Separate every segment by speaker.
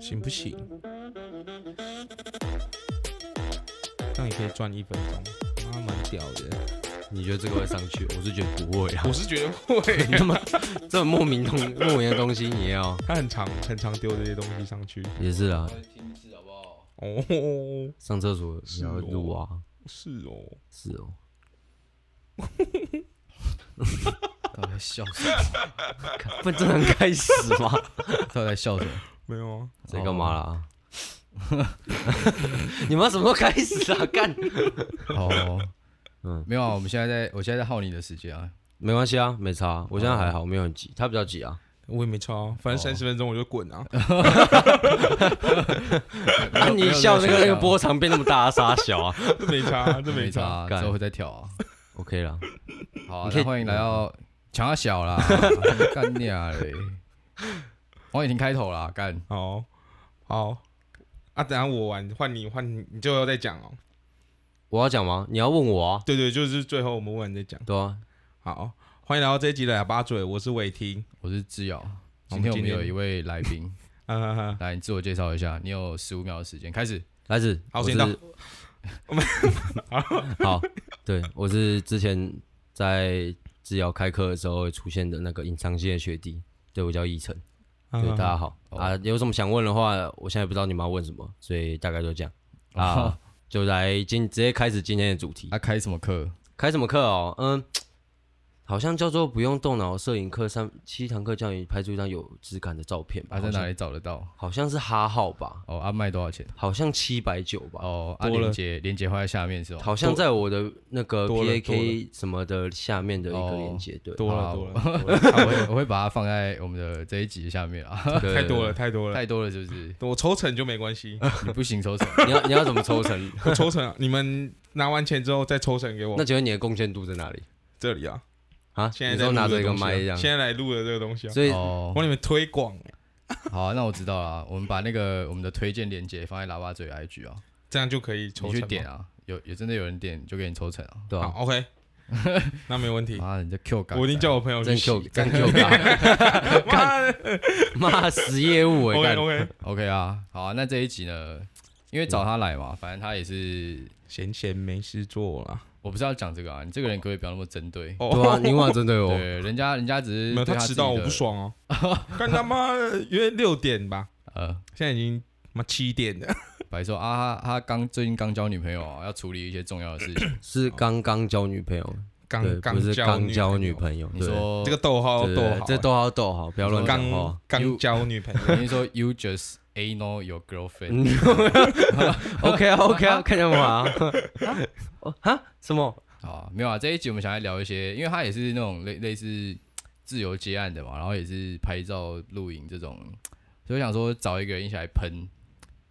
Speaker 1: 行不行？这样也可以赚一分钟，啊，蛮屌的。
Speaker 2: 你觉得这个会上去？我是觉得不会啊
Speaker 1: 我。是觉得会，
Speaker 2: 你他妈这种莫名东莫名的东西你也要？
Speaker 1: 他很常很常丢这些东西上去。
Speaker 2: 也是啊，
Speaker 1: 哦，
Speaker 2: 上厕所也要
Speaker 1: 是哦
Speaker 2: 录啊。
Speaker 1: 是哦，
Speaker 2: 是哦。
Speaker 3: 到底在笑什么？
Speaker 2: 不真的很开始吗？
Speaker 3: 到底在笑什么？
Speaker 1: 没有啊，
Speaker 2: 在干嘛啦？哦 你们什么时候开始 啊？干，
Speaker 3: 哦，
Speaker 2: 嗯
Speaker 3: 没有啊，我们现在在，我现在在耗你的时间啊。
Speaker 2: 没关系啊，没差。我现在还好，没有很急，他比较急啊。
Speaker 1: 我也没差啊，反正三十分钟我就滚啊。
Speaker 2: 那
Speaker 3: 没
Speaker 2: 你
Speaker 3: 有
Speaker 2: 笑那
Speaker 3: 没
Speaker 2: 个
Speaker 3: 有
Speaker 2: 那个波长变那么大，傻小啊
Speaker 1: 这 没差啊，这
Speaker 3: 没
Speaker 1: 没
Speaker 3: 差
Speaker 1: 差。
Speaker 3: 啊，
Speaker 2: 干
Speaker 3: 之后会再跳啊。
Speaker 2: ？OK 啦，
Speaker 3: 好啊，
Speaker 2: 你可以
Speaker 3: 那欢迎来到强阿小啦， 干你啊嘞！王已经开头啦，干
Speaker 1: 好，好啊，等下我玩，换你换你，你最后再讲哦。
Speaker 2: 我要讲吗？你要问我啊？
Speaker 1: 对对，就是最后我们问完再讲。
Speaker 2: 对啊，
Speaker 1: 好，欢迎来到这一集的哑巴嘴，我是伟霆。
Speaker 3: 我是志尧。
Speaker 1: 我
Speaker 3: 今
Speaker 1: 们
Speaker 3: 天我们
Speaker 1: 今天
Speaker 3: 有一位来宾，
Speaker 1: 啊哈哈，
Speaker 3: 来你自我介绍一下，你有十五秒的时间，开始。
Speaker 2: 来自
Speaker 1: 好
Speaker 2: 我
Speaker 1: 时
Speaker 2: 是
Speaker 1: 间到
Speaker 2: 好，对，我是之前在治疗开课的时候会出现的那个隐藏系的学弟，对我叫依晨，对
Speaker 1: 啊哈
Speaker 2: 大家好
Speaker 3: 哦
Speaker 2: 啊，有什么想问的话，我现在不知道你们要问什么，所以大概就这样啊，就来今直接开始今天的主题
Speaker 3: 他、，开什么课？
Speaker 2: 开什么课哦？嗯，好像叫做不用动脑摄影课，三七堂课教你拍出一张有质感的照片吧？
Speaker 3: 啊，在哪
Speaker 2: 里？
Speaker 3: 里找得到？
Speaker 2: 好像是哈号吧，
Speaker 3: 哦，啊，卖多少钱？
Speaker 2: 好像七百九吧。
Speaker 3: 哦，啊，
Speaker 1: 多了
Speaker 3: 连接连接放在下面是吧？
Speaker 2: 好像在我的那个
Speaker 1: 多了
Speaker 2: PAK 什么的下面的一个
Speaker 3: 哦
Speaker 2: 链接，对，
Speaker 1: 多了
Speaker 3: 好
Speaker 1: 多了多了，
Speaker 3: 好，我会 我会把它放在我们的这一集下面啊，
Speaker 2: 对
Speaker 1: 太多了。太多了。
Speaker 3: 太多了是不是？
Speaker 1: 我抽成就没关系，
Speaker 3: 你不行抽成，
Speaker 2: 对对你要你要怎么抽成？
Speaker 1: 我抽成， 你们拿完钱之后再抽成给我
Speaker 2: 那。请问你的贡献度在哪里
Speaker 1: 这里啊，
Speaker 2: 啊？
Speaker 1: 现在
Speaker 2: 你
Speaker 1: 在
Speaker 2: 都拿
Speaker 1: 录
Speaker 2: 着
Speaker 1: 这
Speaker 2: 一个
Speaker 1: 东西啊
Speaker 2: 麦这样，
Speaker 1: 现在来录的这个东西啊，
Speaker 2: 所以
Speaker 3: 哦
Speaker 1: 我，帮你们推广，
Speaker 3: 好啊、那我知道了。我们把那个我们的推荐链接放在喇叭嘴 IG 啊，
Speaker 1: 这样就可以抽成
Speaker 3: 你去
Speaker 1: 吗。
Speaker 3: 点啊，有有真的有人点就给你抽成啊。
Speaker 2: 对啊，
Speaker 1: 好，OK，那没问题。
Speaker 3: 啊，你这 Q 感，
Speaker 1: 我一定叫我朋友去
Speaker 2: 真
Speaker 1: 洗
Speaker 2: Q。真 Q 卡，
Speaker 1: 妈的
Speaker 2: 妈死业务哎，
Speaker 1: OK
Speaker 2: 干
Speaker 1: OK，
Speaker 3: OK 啊。好啊，那这一集呢，因为找他来嘛，反正他也是，
Speaker 1: 闲闲没事做啦。
Speaker 3: 我不是要讲这个啊，你这个人可不可以不要那么针对？
Speaker 1: 哦
Speaker 2: 对啊，你忘了针对我，
Speaker 3: 对，人家人家只是
Speaker 1: 没有他
Speaker 3: 对他
Speaker 1: 迟
Speaker 3: 自己
Speaker 1: 到，我
Speaker 3: 的
Speaker 1: 不。爽哦。 看他妈的，约六点吧，
Speaker 3: 呃，
Speaker 1: 现在已经妈七点了。
Speaker 3: 白说啊，他他刚最近刚交女朋友啊，要处理一些重要的事 情。
Speaker 2: 是刚刚交女朋友，对，
Speaker 1: 刚
Speaker 2: 不是
Speaker 1: 交
Speaker 2: 刚
Speaker 1: 女
Speaker 2: 交
Speaker 1: 朋
Speaker 2: 女
Speaker 1: 友，
Speaker 2: 朋友，
Speaker 3: 你
Speaker 2: 对
Speaker 3: 说
Speaker 1: 这个逗号
Speaker 2: 对
Speaker 1: 逗
Speaker 2: 对对
Speaker 1: 号，
Speaker 2: 这逗号逗号，不要乱讲
Speaker 1: 刚
Speaker 2: 话。
Speaker 1: 刚交女朋 友，
Speaker 3: 你是说 you just anal your girlfriend？
Speaker 2: 嗯 OK 啊 OK 啊，看见我啊？哦哈什么？
Speaker 3: 好啊，没有啊，这一集我们想来聊一些，因为他也是那种类类似自由接案的嘛，然后也是拍照、录影这种，所以我想说找一个人一起来喷，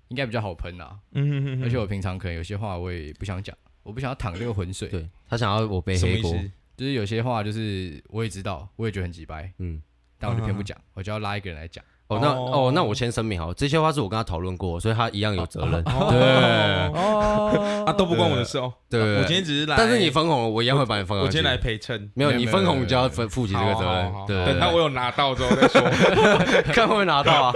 Speaker 3: 应该比较好喷啊。
Speaker 1: 嗯，
Speaker 3: 而且我平常可能有些话我也不想讲，我不想要淌这个浑水。，
Speaker 2: 对他想要我背
Speaker 1: 什么
Speaker 2: 黑
Speaker 1: 意
Speaker 2: 锅，
Speaker 1: 思？
Speaker 3: 就是有些话就是我也知道，我也觉得很鸡掰，
Speaker 2: 嗯。
Speaker 3: 但我就偏不讲，我就要拉一个人来讲。
Speaker 2: 哦，那
Speaker 1: 哦
Speaker 2: 哦，那我先声明好，这些话是我跟他讨论过，所以他一样有责
Speaker 1: 哦
Speaker 2: 任。
Speaker 1: 对，
Speaker 3: 哦，
Speaker 1: 啊，都不关我的事哦。
Speaker 2: 对对
Speaker 1: 我
Speaker 2: 对
Speaker 1: 今天只是来，
Speaker 2: 但是你分红了，我一样会把你分
Speaker 1: 我
Speaker 2: 上
Speaker 1: 今
Speaker 2: 去。
Speaker 1: 天来陪衬。
Speaker 2: 没有
Speaker 3: 没有
Speaker 2: 你
Speaker 3: 没有
Speaker 2: 分
Speaker 3: 没
Speaker 2: 红
Speaker 3: 有
Speaker 2: 就要负负起这个责
Speaker 1: 好好
Speaker 2: 任
Speaker 1: 好，
Speaker 2: 对，
Speaker 1: 等
Speaker 2: 对
Speaker 1: 到我有拿到之后 再说，
Speaker 2: 对看会不会拿到啊？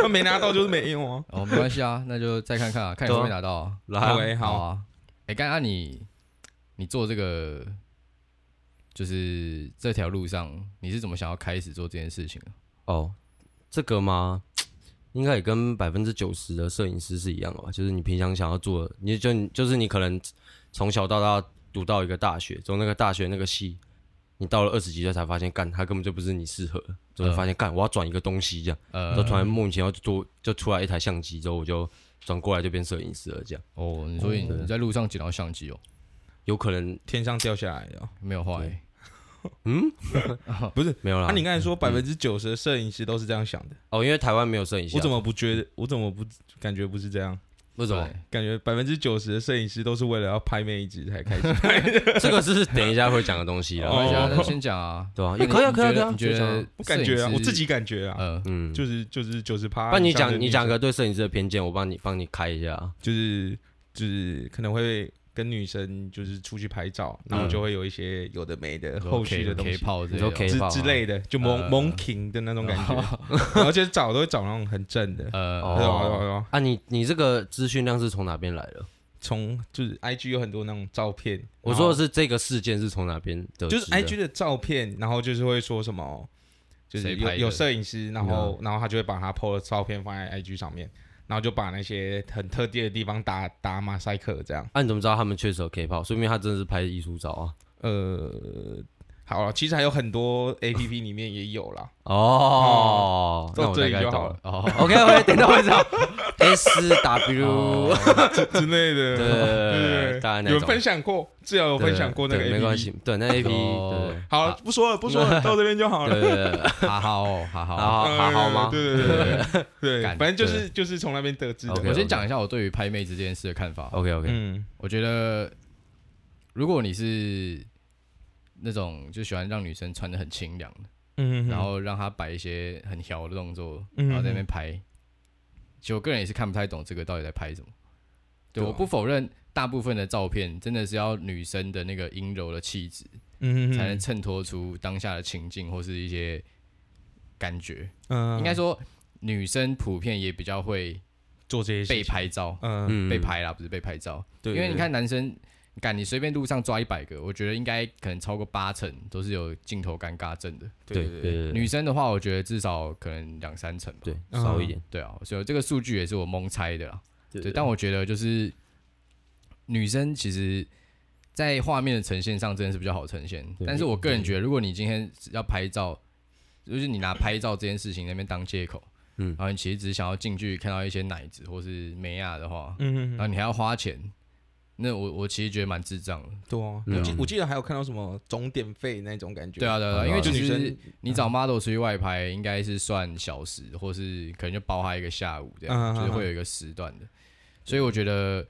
Speaker 1: 他没拿到就是没用哦。
Speaker 3: 哦，没关系啊，那就再看看啊，看你会不会拿到啊。
Speaker 2: 来啊，
Speaker 1: OK，好，
Speaker 3: 啊。哎、刚刚你你做这个，就是这条路上，你是怎么想要开始做这件事情的？啊
Speaker 2: 哦，这个吗？应该也跟百分之九十的摄影师是一样的吧？就是你平常想要做的，你就就是你可能从小到大读到一个大学，从那个大学那个系，你到了二十几岁才发现，干他根本就不是你适合的，就是发现干我要转一个东西这样，
Speaker 3: 呃，
Speaker 2: 就突然莫名其妙就多就出来一台相机之后，我就转过来就变摄影师了，这样
Speaker 3: 哦，你说你你在路上捡到相机哦，
Speaker 2: 有可能
Speaker 1: 天上掉下来的哦。
Speaker 3: 没有欸坏、
Speaker 2: 没有啦。
Speaker 1: 啊，你刚才说
Speaker 2: 嗯
Speaker 1: 百分之九十的摄影师都是这样想的，
Speaker 2: 哦，因为台湾没有摄影系啊，
Speaker 1: 我怎么不觉得？我怎么不感觉不是这样？
Speaker 2: 为什么？
Speaker 1: 感觉百分之九十的摄影师都是为了要拍妹子才 开始。
Speaker 2: 这个是等一下会讲的东西
Speaker 3: 没
Speaker 2: 啦，
Speaker 1: 哦
Speaker 3: 关系啊，
Speaker 2: 对
Speaker 3: 那先讲啊，
Speaker 2: 对啊，
Speaker 3: 那
Speaker 2: 也
Speaker 3: 你
Speaker 2: 可以啊，
Speaker 3: 你
Speaker 2: 可以啊，可以
Speaker 3: 觉得
Speaker 2: 啊
Speaker 3: 你觉得
Speaker 1: 我感觉啊
Speaker 3: 摄，影师
Speaker 1: 我自己感觉啊，
Speaker 3: 呃，
Speaker 2: 嗯，
Speaker 1: 就是就是就是趴。
Speaker 2: 那你
Speaker 1: 上
Speaker 2: 讲
Speaker 1: 面
Speaker 2: 你讲个对摄影师的偏见，我帮你帮你开一下啊。
Speaker 1: 就是就是可能会跟女生就是出去拍照，然
Speaker 2: 嗯
Speaker 1: 后就会有一些有的没的
Speaker 3: 比如说
Speaker 1: 后续
Speaker 3: K-
Speaker 1: 的东
Speaker 3: K
Speaker 1: 西。
Speaker 3: 炮这
Speaker 2: 你说
Speaker 3: 种
Speaker 2: K-
Speaker 1: 之
Speaker 2: 爆啊
Speaker 1: 之类的，就蒙
Speaker 3: 呃
Speaker 1: 蒙挺的那种感觉，然后就是找都会找那种很正的，
Speaker 3: 呃，
Speaker 1: 对吧对吧对吧
Speaker 2: 啊，你你这个资讯量是从哪边来的？
Speaker 1: 从就是 I G 有很多那种照片，
Speaker 2: 我
Speaker 1: 然
Speaker 2: 说
Speaker 1: 后
Speaker 2: 的是这个事件是从哪边得
Speaker 1: 就是
Speaker 2: 知的
Speaker 1: I G 的照片，然后就是会说什么，就是
Speaker 3: 谁
Speaker 1: 有
Speaker 3: 拍的
Speaker 1: 有摄影师，然后然后他就会把他 PO 的照片放在 I G 上面，然后就把那些很特地的地方打打马赛克这样。
Speaker 2: 啊，你怎么知道他们确实有 K 炮？说明他真的是拍艺术照啊。
Speaker 1: 呃，好了，其实还有很多 A P P 里面也有啦，
Speaker 2: 哦，那
Speaker 1: 到
Speaker 2: 我
Speaker 1: 这
Speaker 2: 大
Speaker 1: 里
Speaker 2: 概
Speaker 1: 就
Speaker 2: 懂
Speaker 1: 好
Speaker 2: 了
Speaker 1: 了。
Speaker 3: 哦，
Speaker 2: OK OK，等到我知道 S W，
Speaker 3: 哦
Speaker 1: 之类
Speaker 2: 对
Speaker 1: 的。
Speaker 2: 对对对，大概那
Speaker 1: 有
Speaker 2: 种
Speaker 1: 分享过，至少有哦分享过那个
Speaker 2: 对
Speaker 1: A
Speaker 2: 没关
Speaker 1: P
Speaker 2: 系
Speaker 1: P。，
Speaker 2: 对那 A P，
Speaker 3: 哦
Speaker 2: 对
Speaker 1: 好了，不说了，不说了，到这边就好了。
Speaker 2: 对对对，
Speaker 3: 哈哈哦，哈哈
Speaker 2: 然
Speaker 3: 哦。
Speaker 2: 后
Speaker 1: 呃
Speaker 2: 还好吗？
Speaker 1: 对对对对对，
Speaker 3: 干
Speaker 1: 反正就是就是从那边得知
Speaker 2: OK
Speaker 1: 的。
Speaker 3: 我先讲一下我对于拍妹子这件事的看法。
Speaker 2: OK OK，
Speaker 1: 嗯，
Speaker 3: 我觉得，如果你是那种就喜欢让女生穿的很清凉的，
Speaker 1: 嗯，
Speaker 3: 然后让她摆一些很调的动作，
Speaker 1: 嗯
Speaker 3: 然后在那边拍，其实我个人也是看不太懂这个到底在拍什么。对，
Speaker 1: 啊
Speaker 3: 我不否认大部分的照片真的是要女生的那个阴柔的气质，
Speaker 1: 嗯
Speaker 3: 才能衬托出当下的情境或是一些感觉。
Speaker 1: 嗯
Speaker 3: 应该说，女生普遍也比较会
Speaker 1: 做这些事
Speaker 3: 被
Speaker 1: 情。
Speaker 3: 拍照，
Speaker 1: 嗯，
Speaker 2: 嗯
Speaker 3: 被，拍啦，不是被拍照。
Speaker 2: 对，
Speaker 3: 因为你
Speaker 2: 对
Speaker 3: 看男生，敢你随便路上抓一百个，我觉得应该可能超过八成都是有镜头尴尬症的。
Speaker 2: 对对对对，
Speaker 3: 女生的话，我觉得至少可能两三成吧。
Speaker 2: 对
Speaker 1: 嗯
Speaker 2: 少一点，
Speaker 3: 对啊，所以这个数据也是我蒙猜的啦。
Speaker 2: 对
Speaker 3: 对，但我觉得就是女生其实，在画面的呈现上真的是比较好呈现。
Speaker 2: 对
Speaker 3: 但是我个人觉得，如果你今天要拍照，就是你拿拍照这件事情那边当借口，
Speaker 2: 嗯
Speaker 3: 然后你其实只是想要近距离看到一些奶子或是美亚的话，
Speaker 1: 嗯
Speaker 3: 然后你还要花钱，那我我其实觉得蛮智障的。
Speaker 1: 对啊，
Speaker 2: 嗯
Speaker 1: 我记我记得还有看到什么总点费那种感觉。
Speaker 3: 对啊，对啊，对
Speaker 2: 对
Speaker 3: 啊
Speaker 2: 啊
Speaker 3: 因为
Speaker 1: 就
Speaker 3: 其
Speaker 1: 女
Speaker 3: 实
Speaker 1: 生，
Speaker 3: 你找 model 出去外拍，应该是算小时，或是可能就包他一个下午这样，
Speaker 1: 嗯
Speaker 3: 就是会有一个时段的。所以我觉得，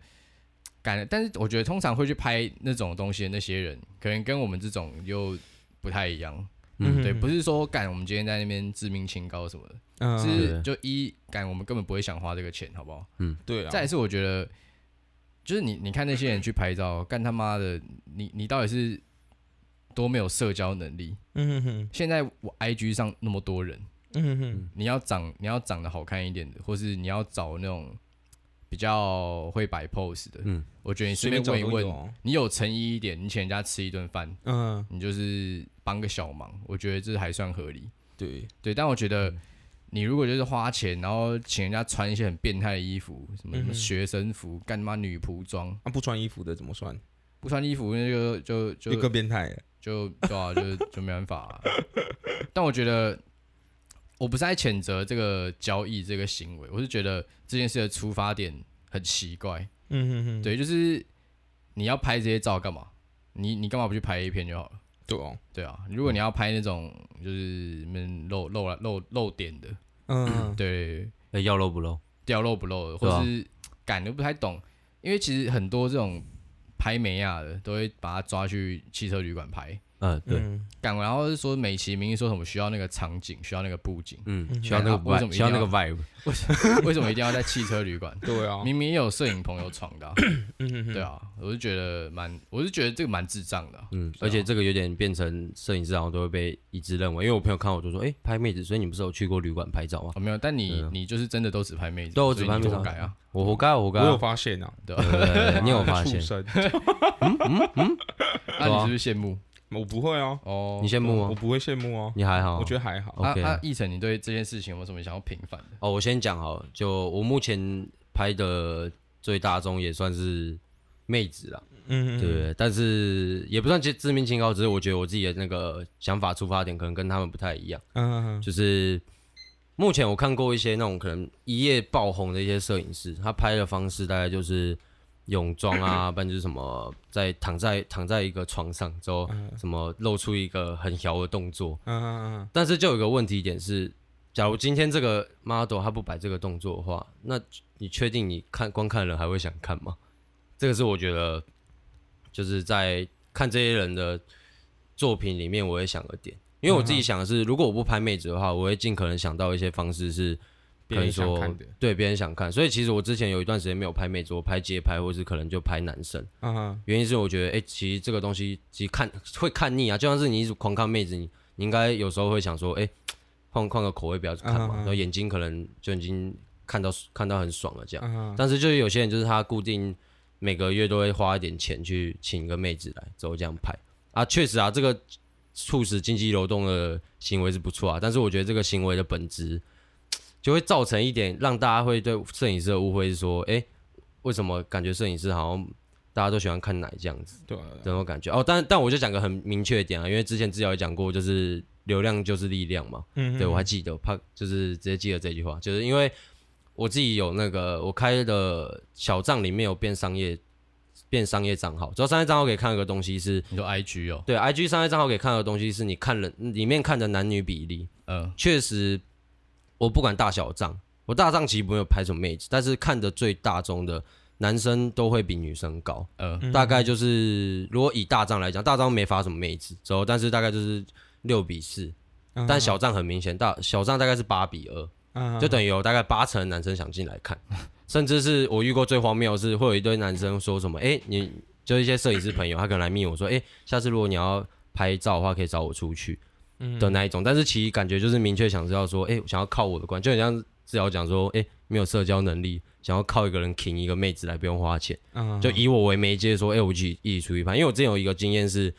Speaker 3: 感，但是我觉得通常会去拍那种东西的那些人，可能跟我们这种又不太一样。
Speaker 2: 嗯
Speaker 3: 对，不是说干我们今天在那边致命清高什么的，
Speaker 1: 嗯
Speaker 3: 是就一干我们根本不会想花这个钱，好不好？
Speaker 1: 对啊，
Speaker 3: 再来是我觉得，就是你你看那些人去拍照，干他妈的，你你到底是多没有社交能力？
Speaker 1: 嗯哼
Speaker 3: 现在我 IG 上那么多人，
Speaker 1: 嗯哼嗯
Speaker 3: 你要长你要长得好看一点的，或是你要找那种比较会摆 pose 的，
Speaker 2: 嗯
Speaker 3: 我觉得你
Speaker 1: 哼，
Speaker 3: 随便问一
Speaker 1: 随便找都有
Speaker 3: 问，
Speaker 1: 哦
Speaker 3: 你有诚意一点，你请人家吃一顿饭，
Speaker 1: 嗯，
Speaker 3: 你就是帮个小忙，我觉得这还算合理。
Speaker 1: 对，
Speaker 3: 对，但我觉得
Speaker 1: 嗯
Speaker 3: 你如果就是花钱，然后请人家穿一些很变态的衣服，什么什
Speaker 1: 嗯
Speaker 3: 么
Speaker 1: 哼
Speaker 3: 学生服，干他妈女仆装，
Speaker 1: 啊，不穿衣服的怎么算？
Speaker 3: 不穿衣服那就就就
Speaker 1: 就更变态了。
Speaker 3: 就对 啊，就就没办法啊、但我觉得，我不是在谴责这个交易这个行为，我是觉得这件事的出发点很奇怪。
Speaker 1: 嗯哼哼，
Speaker 3: 对，就是你要拍这些照干嘛？你你干嘛不去拍 A 片就好了？
Speaker 1: 对哦，
Speaker 3: 对啊，如果你要拍那种就是嗯露露露露点的，
Speaker 1: 嗯，
Speaker 3: 对，
Speaker 2: 哎要露不露？
Speaker 3: 掉肉不露的，
Speaker 2: 对啊
Speaker 3: 或是感都不太懂，因为其实很多这种拍美亚的都会把他抓去汽车旅馆拍。
Speaker 2: 嗯，对，
Speaker 1: 嗯
Speaker 3: 干，然后是说美其名义说什么需要那个场景，需要那个布景，
Speaker 2: 嗯，需要那个
Speaker 3: 哎啊为什
Speaker 2: vibe，
Speaker 3: 么一定
Speaker 2: 需要那个
Speaker 3: 要
Speaker 2: vibe，
Speaker 3: 为什么一定要在汽车旅馆？
Speaker 1: 对啊，
Speaker 3: 明明也有摄影棚有床的啊、
Speaker 1: 嗯哼哼
Speaker 3: 对啊，我是觉得蛮，我是觉得这个蛮智障的啊、
Speaker 2: 嗯，而且这个有点变成摄影师好像都会被一致认为，因为我朋友看我就说，哎，拍妹子，所以你不是有去过旅馆拍照吗？
Speaker 3: 哦，没有，但你、
Speaker 2: 对啊
Speaker 3: 你就是真的都只拍妹子，
Speaker 2: 对我
Speaker 3: 所以
Speaker 2: 只拍
Speaker 3: 你
Speaker 2: 妹子
Speaker 3: 活该啊，
Speaker 2: 我活该，我活该
Speaker 1: 嗯我有
Speaker 2: 啊，
Speaker 1: 发现啊，
Speaker 3: 对吧、
Speaker 2: 对对 对对你有发现
Speaker 1: 畜？生？
Speaker 3: 那、
Speaker 2: 对啊
Speaker 3: 你是不是羡慕？
Speaker 1: 我不会啊，
Speaker 3: 哦，
Speaker 2: 你羡慕
Speaker 1: 我
Speaker 2: 吗？
Speaker 1: 不会羡慕哦啊，
Speaker 2: 你还好
Speaker 1: 我
Speaker 2: 啊？
Speaker 1: 觉得还好。
Speaker 2: OK
Speaker 3: 啊啊，奕晨，你对这件事情有没有什么想要平反的？
Speaker 2: 哦，我先讲好了，就我目前拍的最大宗也算是妹子啦，
Speaker 1: 嗯，
Speaker 2: 对，但是也不算致致命清高，只是我觉得我自己的那个想法出发点可能跟他们不太一样。
Speaker 1: 嗯
Speaker 2: 就是目前我看过一些那种可能一夜爆红的一些摄影师，他拍的方式大概就是泳装啊，不然就是什么在躺在躺在一个床上之后，什么露出一个很摇的动作。
Speaker 1: 嗯嗯
Speaker 2: 但是就有一个问题点是，假如今天这个 model 他不摆这个动作的话，那你确定你看光看的人还会想看吗？这个是我觉得就是在看这些人的作品里面，
Speaker 1: 嗯
Speaker 2: 我也想个点，因为我自己想的是，如果我不拍妹子的话，我会尽可能想到一些方式是
Speaker 1: 嗯别
Speaker 2: 可能
Speaker 1: 人想
Speaker 2: 说
Speaker 1: 看的，
Speaker 2: 对别人想看，所以其实我之前有一段时间没有拍妹子，我拍街拍，或是可能就拍男生。
Speaker 1: 嗯哼，
Speaker 2: 原因是我觉得，哎、其实这个东西其实看会看腻啊，就像是你一直狂看妹子，你你应该有时候会想说，哎、换换个口味不要去看嘛，
Speaker 1: 嗯嗯嗯
Speaker 2: 然后眼睛可能就已经看到看到很爽了这样。
Speaker 1: 嗯哼，
Speaker 2: 但是就是有些人就是他固定每个月都会花一点钱去请一个妹子来，之后这样拍啊，确实啊，这个促使经济流动的行为是不错啊，但是我觉得这个行为的本质就会造成一点让大家会对摄影师的误会，是说，哎、为什么感觉摄影师好像大家都喜欢看奶这样子
Speaker 1: 对啊，
Speaker 2: 的那种感觉？哦，但但我就讲个很明确一点啊，因为之前资料也讲过，就是流量就是力量嘛，
Speaker 1: 嗯
Speaker 2: 对，我还记得，怕就是直接记得这句话，就是因为我自己有那个我开的小账里面有变商业，变商业账号。主要商业账号可以看一个东西是，
Speaker 3: 你说 IG 哦，
Speaker 2: 对，IG 商业账号可以看的东西是你看人里面看的男女比例，
Speaker 3: 嗯，
Speaker 2: 确实我不管大小账，我大账其实没有拍什么妹子，但是看的最大众的男生都会比女生高。
Speaker 3: 呃，
Speaker 2: 大概就是如果以大账来讲，大账没发什么妹子，之后但是大概就是六比四，
Speaker 1: 嗯
Speaker 2: 但小账很明显，大小账大概是八比二，
Speaker 1: 嗯
Speaker 2: 就等于有大概八成的男生想进来看，甚至是我遇过最荒谬的是，会有一堆男生说什么，哎、你就一些摄影师朋友，他可能来密我说，哎、下次如果你要拍照的话，可以找我出去
Speaker 1: 嗯
Speaker 2: 的那一种，但是其实感觉就是明确想知道说，哎、我想要靠我的关，就很像治疗讲说，哎、没有社交能力，想要靠一个人挺一个妹子来不用花钱。
Speaker 1: 嗯
Speaker 2: 就以我为媒介说，哎、我一起一起出去拍。因为我之前有一个经验是，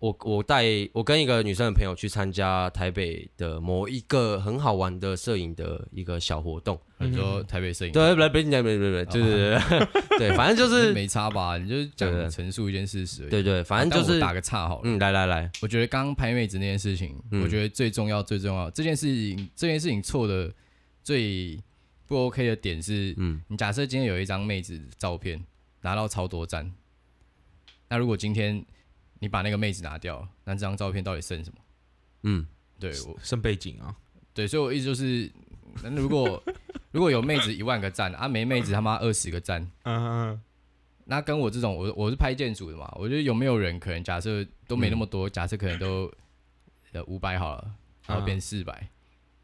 Speaker 2: 我我带我跟一个女生的朋友去参加台北的某一个很好玩的摄影的一个小活动，
Speaker 3: 你说台北摄影，
Speaker 2: 对，不不不不不不，就是对，反正就
Speaker 3: 就是
Speaker 2: 是
Speaker 3: 没差吧？你就是
Speaker 2: 对对
Speaker 3: 讲陈述一件事实而已，啊
Speaker 2: 对对，反正就
Speaker 3: 但我
Speaker 2: 是
Speaker 3: 打个岔好了。
Speaker 2: 嗯，来来来，
Speaker 3: 我觉得刚刚拍妹子那件事情，
Speaker 2: 嗯
Speaker 3: 我觉得最重要、最重要这件事情，这件事情错的最不 OK 的点是，
Speaker 2: 嗯
Speaker 3: 你假设今天有一张妹子照片拿到超多赞，那如果今天你把那个妹子拿掉，那这张照片到底剩什么？
Speaker 2: 嗯，
Speaker 3: 对我
Speaker 1: 剩背景啊，
Speaker 3: 对，所以我意思就是，那如果 如果有妹子一万个赞，啊没妹子他妈二十个赞，
Speaker 1: 嗯
Speaker 3: 那跟我这种，我我是拍建筑的嘛，我觉得有没有人可能假设都没那
Speaker 1: 嗯
Speaker 3: 么多，假设可能都呃五百好了，然
Speaker 1: 啊
Speaker 3: 后变四百、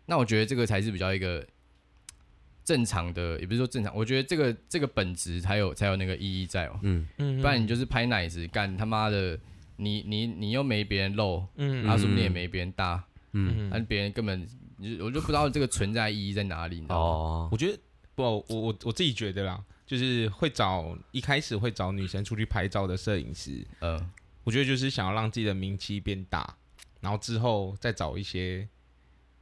Speaker 3: 那我觉得这个才是比较一个正常的，也不是说正常，我觉得这个这个本质才有才有那个意义在哦、
Speaker 1: 嗯
Speaker 3: 不然你就是拍奶子干他妈的，你你你又没别人露，
Speaker 1: 嗯
Speaker 3: 啊，说不定也没别人大，
Speaker 1: 嗯
Speaker 3: 但别人根本你就我就不知道这个存在意义在哪里，你知道吗？
Speaker 2: 哦，
Speaker 1: 我觉得不，我我我自己觉得啦，就是会找一开始会找女生出去拍照的摄影师，
Speaker 3: 嗯，
Speaker 1: 我觉得就是想要让自己的名气变大，然后之后再找一些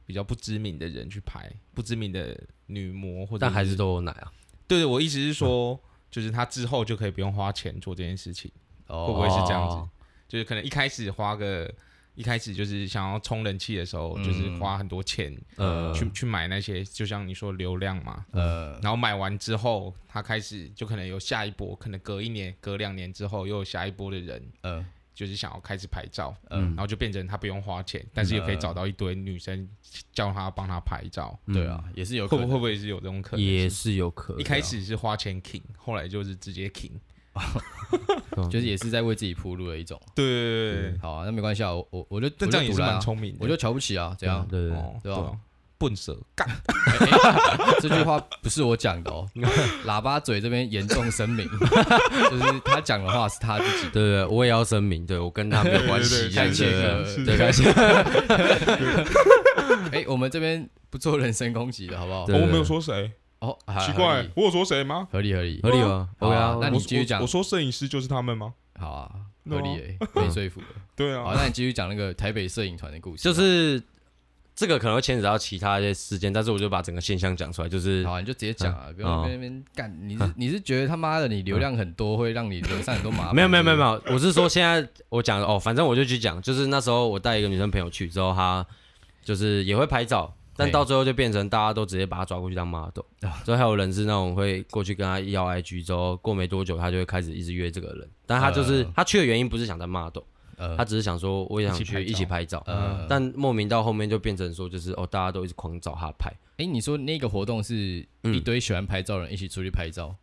Speaker 1: 比较不知名的人去拍，不知名的女模或者
Speaker 2: 但还是都有奶啊，
Speaker 1: 对对，我意思是说，就是他之后就可以不用花钱做这件事情，会不
Speaker 3: 哦，
Speaker 1: 会是这样子？
Speaker 2: 哦
Speaker 1: 就是可能一开始花个。一开始就是想要冲人气的时候，
Speaker 3: 嗯
Speaker 1: 就是花很多钱
Speaker 2: 呃，
Speaker 1: 去、去买那些，就像你说流量嘛，
Speaker 3: 呃，
Speaker 1: 然后买完之后，他开始就可能有下一波，可能隔一年、隔两年之后又有下一波的人，
Speaker 3: 嗯
Speaker 1: 就是想要开始拍照，
Speaker 3: 嗯
Speaker 1: 然后就变成他不用花钱，但是也可以找到一堆女生叫他帮他拍照，
Speaker 3: 对啊，也是有可
Speaker 1: 会不
Speaker 3: 能
Speaker 1: 会。不会是有这种可能性？
Speaker 2: 也是有可能啊
Speaker 1: 一开始是花钱 king，后来就是直接 king。
Speaker 3: 就是也是在为自己铺路的一种。
Speaker 1: 对对对对对，
Speaker 3: 好啊，那没关系啊，我我我就
Speaker 1: 但这样也是
Speaker 3: 我就赌啦
Speaker 1: 蛮聪明的。
Speaker 3: 我就瞧不起啊，怎样？
Speaker 2: 对对对
Speaker 1: 哦，
Speaker 3: 对
Speaker 1: 对
Speaker 3: 啊
Speaker 1: 啊，笨蛇干，
Speaker 3: 这句话不是我讲的哦，喇叭嘴这边严重声明， 就是他讲的话是他自己。
Speaker 2: 对对，我也要声明，对我跟他没有关系，
Speaker 1: 对对对
Speaker 2: 感
Speaker 1: 感谢
Speaker 2: 谢
Speaker 1: 感谢
Speaker 2: 对感谢，
Speaker 3: 哎，我们这边不做人身攻击的好不好？
Speaker 2: 对
Speaker 1: 哦我没有说谁，
Speaker 3: 哦，还
Speaker 1: 奇怪，，我有说谁吗？
Speaker 3: 合理合理合
Speaker 2: 合
Speaker 3: 理，
Speaker 2: 理吗
Speaker 3: 好
Speaker 2: ？OK
Speaker 3: 啊
Speaker 2: 啊，
Speaker 3: 那你
Speaker 1: 我
Speaker 3: 继续讲
Speaker 1: 我我说摄影师就是他们吗？
Speaker 3: 好啊，
Speaker 1: No
Speaker 3: 合理哎，被说服了。
Speaker 1: 对
Speaker 3: 好，
Speaker 1: 啊，
Speaker 3: 那你继续讲那个台北摄影团的故事。
Speaker 2: 就是这个可能会牵扯到其他一些事件，但是我就把整个现象讲出来，就是
Speaker 3: 好啊，你就直接讲啊，不用
Speaker 2: 哦
Speaker 3: 在那边干。你是你是觉得他妈的你流量很多，会让你流上很多麻烦？
Speaker 2: 没有没有没有没有，我是说现在我讲哦，反正我就去讲，就是那时候我带一个女生朋友去之后，她就是也会拍照，但
Speaker 3: 嘿
Speaker 2: 到最后就变成大家都直接把她抓过去当 model，所
Speaker 3: 啊
Speaker 2: 以还有人是那种会过去跟她要 IG 之后，过没多久她就会开始一直约这个人，但她就是
Speaker 3: 呃
Speaker 2: 她去的原因不是想当 model，
Speaker 3: 呃
Speaker 2: 她只是想说我也想
Speaker 1: 一起
Speaker 2: 去
Speaker 1: 拍
Speaker 2: 一起
Speaker 1: 照
Speaker 2: 拍照，
Speaker 3: 呃，
Speaker 2: 嗯但莫名到后面就变成说就是哦，大家都一直狂找她拍。嗯
Speaker 3: 哎、你说那个活动是一堆喜欢拍照的人一起出去拍照，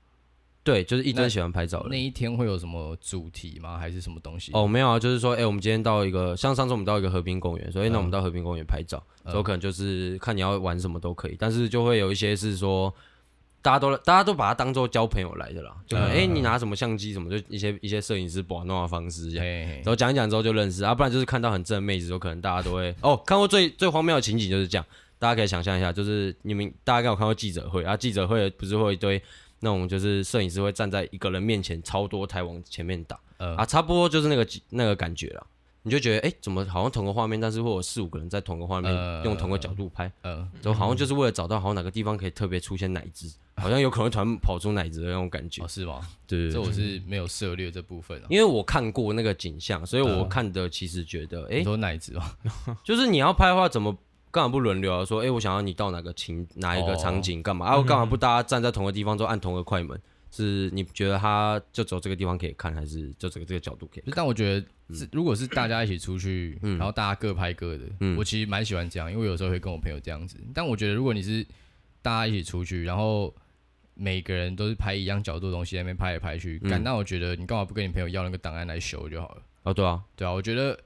Speaker 2: 对，就是一
Speaker 3: 那
Speaker 2: 真喜欢拍照的
Speaker 3: 那
Speaker 2: 人。
Speaker 3: 一天会有什么主题吗？还是什么东西？
Speaker 2: 哦，没有啊，就是说，哎、我们今天到一个，像上次我们到一个河滨公园，所以、诶那我们到河滨公园拍照，
Speaker 3: 嗯
Speaker 2: 所以可能就是看你要玩什么都可以，但是就会有一些是说，大家都大家都把它当做交朋友来的啦，就哎、
Speaker 3: 嗯
Speaker 2: 诶你拿什么相机什么，就一些一些摄影师把弄的方式这样。
Speaker 3: 嘿，
Speaker 2: 然后讲一讲之后就认识啊，不然就是看到很正的妹子，有可能大家都会哦。看过最最荒谬的情景就是这样，大家可以想象一下，就是你们大家应该有看过记者会啊，记者会不是会一堆那种就是摄影师会站在一个人面前，超多台往前面打、
Speaker 3: 嗯
Speaker 2: 啊，差不多就是那个那个感觉了。你就觉得哎、诶怎么好像同个画面，但是会有四五个人在同个画面、
Speaker 3: 呃
Speaker 2: 用同个角度拍，
Speaker 3: 嗯，
Speaker 2: 然后好像就是为了找到好像哪个地方可以特别出现奶汁，好像有可能突然跑出奶汁的那种感觉
Speaker 3: 嗯哦，。是吗？
Speaker 2: 对对对
Speaker 3: 这我是没有涉猎这部分啊。
Speaker 2: 因为我看过那个景象，所以我看的其实觉得，哎、
Speaker 3: 嗯你说奶子吗？
Speaker 2: 就是你要拍的话，怎么干嘛不轮流啊？说，哎、我想要你到哪个情哪一个
Speaker 3: 哦
Speaker 2: 场景干嘛、啊？我干嘛不大家站在同个地方都按同个快门？是你觉得他就走这个地方可以看，还是就这个这个角度可以
Speaker 3: 不是
Speaker 2: 看？
Speaker 3: 但我觉得
Speaker 2: 嗯
Speaker 3: 是，如果是大家一起出去，然后大家各拍各的，
Speaker 2: 嗯
Speaker 3: 我其实蛮喜欢这样，因为有时候会跟我朋友这样子。但我觉得如果你是大家一起出去，然后每个人都是拍一样角度的东西，在那边拍来拍去，
Speaker 2: 嗯
Speaker 3: 干、那我觉得你干嘛不跟你朋友要那个档案来修就好了？
Speaker 2: 哦，对啊，
Speaker 3: 对啊，我觉得，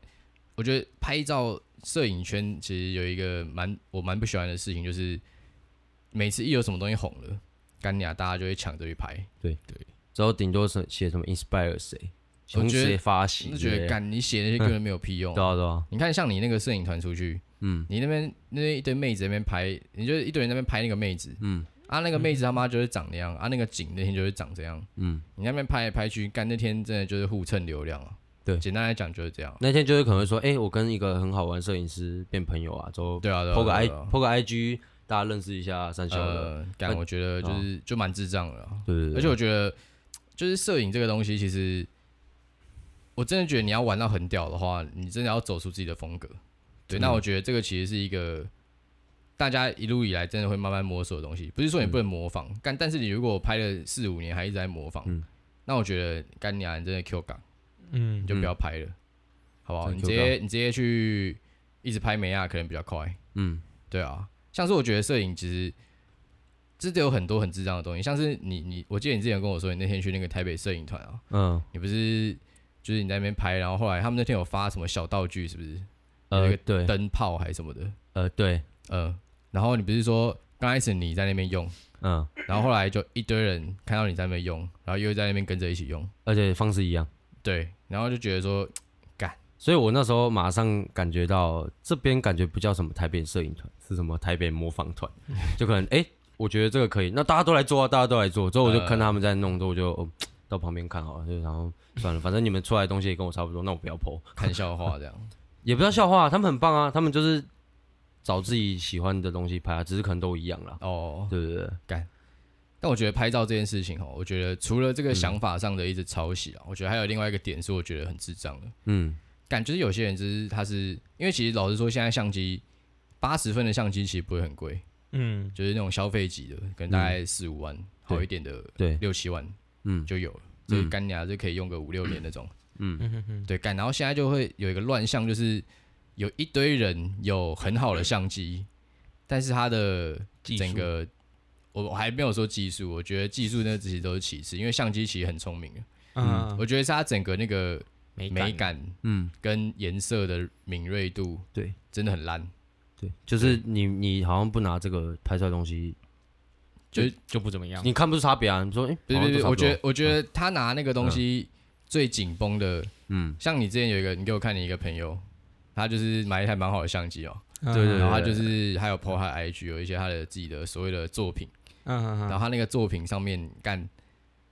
Speaker 3: 我觉得拍照摄影圈其实有一个蛮我蛮不喜欢的事情，就是每次一有什么东西红了，干你啊，大家就会抢着去拍，
Speaker 2: 之后顶多是写什么 inspire 谁，
Speaker 3: 我
Speaker 2: 从
Speaker 3: 觉得
Speaker 2: 谁发起
Speaker 3: 就
Speaker 2: 之类的，
Speaker 3: 觉得干哦你写那些根本没有屁 用。
Speaker 2: 对啊对啊，
Speaker 3: 你看，像你那个摄影团出去，
Speaker 2: 嗯
Speaker 3: 你那边那边一堆妹子在那边拍，你就一堆人在那边拍那个妹子
Speaker 2: 嗯
Speaker 3: 啊，那个妹子他妈就是长那样啊，那个景那天就是长这样，
Speaker 2: 嗯，
Speaker 3: 你那边拍来拍去，干那天真的就是互蹭流量啊。
Speaker 2: 对
Speaker 3: 简单来讲就是这样。
Speaker 2: 那天就是可能会说，哎、我跟一个很好玩的摄影师变朋友啊，之后
Speaker 3: 对啊，对啊，
Speaker 2: po 个 i
Speaker 3: 对啊
Speaker 2: po 个 IG，大家认识一下三小的，
Speaker 3: 呃，干我觉得就是就蛮智障的啊。
Speaker 2: 对嗯对对，
Speaker 3: 而且我觉得，就是摄影这个东西，其实我真的觉得你要玩到很屌的话，你真的要走出自己的风格。对，
Speaker 2: 真的
Speaker 3: 那我觉得这个其实是一个大家一路以来真的会慢慢摸索的东西。不是
Speaker 2: 嗯
Speaker 3: 说你不能模仿，干、但是你如果拍了四五年还一直在模仿，
Speaker 2: 嗯
Speaker 3: 那我觉得干你啊，你真的 Q 港，
Speaker 1: 嗯
Speaker 3: 你就不要拍了，好不好？
Speaker 2: 真的
Speaker 3: 你
Speaker 2: Q
Speaker 3: 直接你直接去一直拍美亚，可能比较快。
Speaker 2: 嗯
Speaker 3: 对啊，像是我觉得摄影其实真的有很多很智障的东西，像是你你，我记得你之前有跟我说，你那天去那个台北摄影团啊，
Speaker 2: 嗯。
Speaker 3: 你不是就是你在那边拍，然后后来他们那天有发什么小道具，是不是有
Speaker 2: 呃
Speaker 3: 一个，
Speaker 2: 对，
Speaker 3: 灯泡还是什么的？
Speaker 2: 呃，对，
Speaker 3: 呃，然后你不是说刚开始你在那边用，
Speaker 2: 嗯，
Speaker 3: 然后后来就一堆人看到你在那边用，然后又在那边跟着一起用，
Speaker 2: 而且方式一样，
Speaker 3: 对，然后就觉得说，
Speaker 2: 所以我那时候马上感觉到这边感觉不叫什么台北摄影团，是什么台北模仿团， 就可能哎、诶我觉得这个可以，那大家都来做啊，大家都来做，之后我就看他们在弄，之后我就、哦、到旁边看好了，就然后算了，反正你们出来的东西也跟我差不多，那我不要 PO，
Speaker 3: 看笑话这样，
Speaker 2: 也不要笑话，他们很棒啊，他们就是找自己喜欢的东西拍啊，只是可能都一样啦，
Speaker 3: 哦，
Speaker 2: 对对对，
Speaker 3: 但我觉得拍照这件事情哦，我觉得除了
Speaker 2: 嗯
Speaker 3: 这个想法上的一直抄袭啊，我觉得还有另外一个点是我觉得很智障的，
Speaker 2: 嗯
Speaker 3: 感觉有些人就是他是因为其实老实说，现在相机八十分的相机其实不会很贵，
Speaker 1: 嗯
Speaker 3: 就是那种消费级的，可能大概四五万，好一点的
Speaker 2: 嗯对，
Speaker 3: 六七万
Speaker 2: 嗯
Speaker 3: 就有了。就是干牙就可以用个五六年那种，
Speaker 1: 嗯哼哼，
Speaker 3: 对干。然后现在就会有一个乱象，就是有一堆人有很好的相机，但是他的
Speaker 1: 技术
Speaker 3: 整个我我还没有说技术，我觉得技术那其实都是其次，因为相机其实很聪明的，
Speaker 1: 嗯，
Speaker 3: 我觉得是它整个那个
Speaker 1: 美
Speaker 3: 美
Speaker 1: 感，
Speaker 3: 感
Speaker 2: 嗯，
Speaker 3: 跟颜色的敏锐度
Speaker 2: 对
Speaker 3: 真的很烂，
Speaker 2: 对，就是你你好像不拿这个拍出来的东西
Speaker 1: 就就不怎么样。
Speaker 2: 你看不出差别啊？你说，哎、
Speaker 3: 不是
Speaker 2: 好像
Speaker 3: 不是，
Speaker 2: 都差
Speaker 3: 我
Speaker 2: 不多
Speaker 3: 觉得，我觉得他拿那个东西最紧绷的，
Speaker 2: 嗯，
Speaker 3: 像你之前有一个，你给我看你一个朋友，他就是买一台蛮好的相机哦，
Speaker 1: 对
Speaker 2: 对对
Speaker 3: 然后他就是还有 PO 他的 IG 有一些他的自己的所谓的作品，
Speaker 1: 嗯
Speaker 3: 然
Speaker 1: 嗯
Speaker 3: 后他那个作品上面干，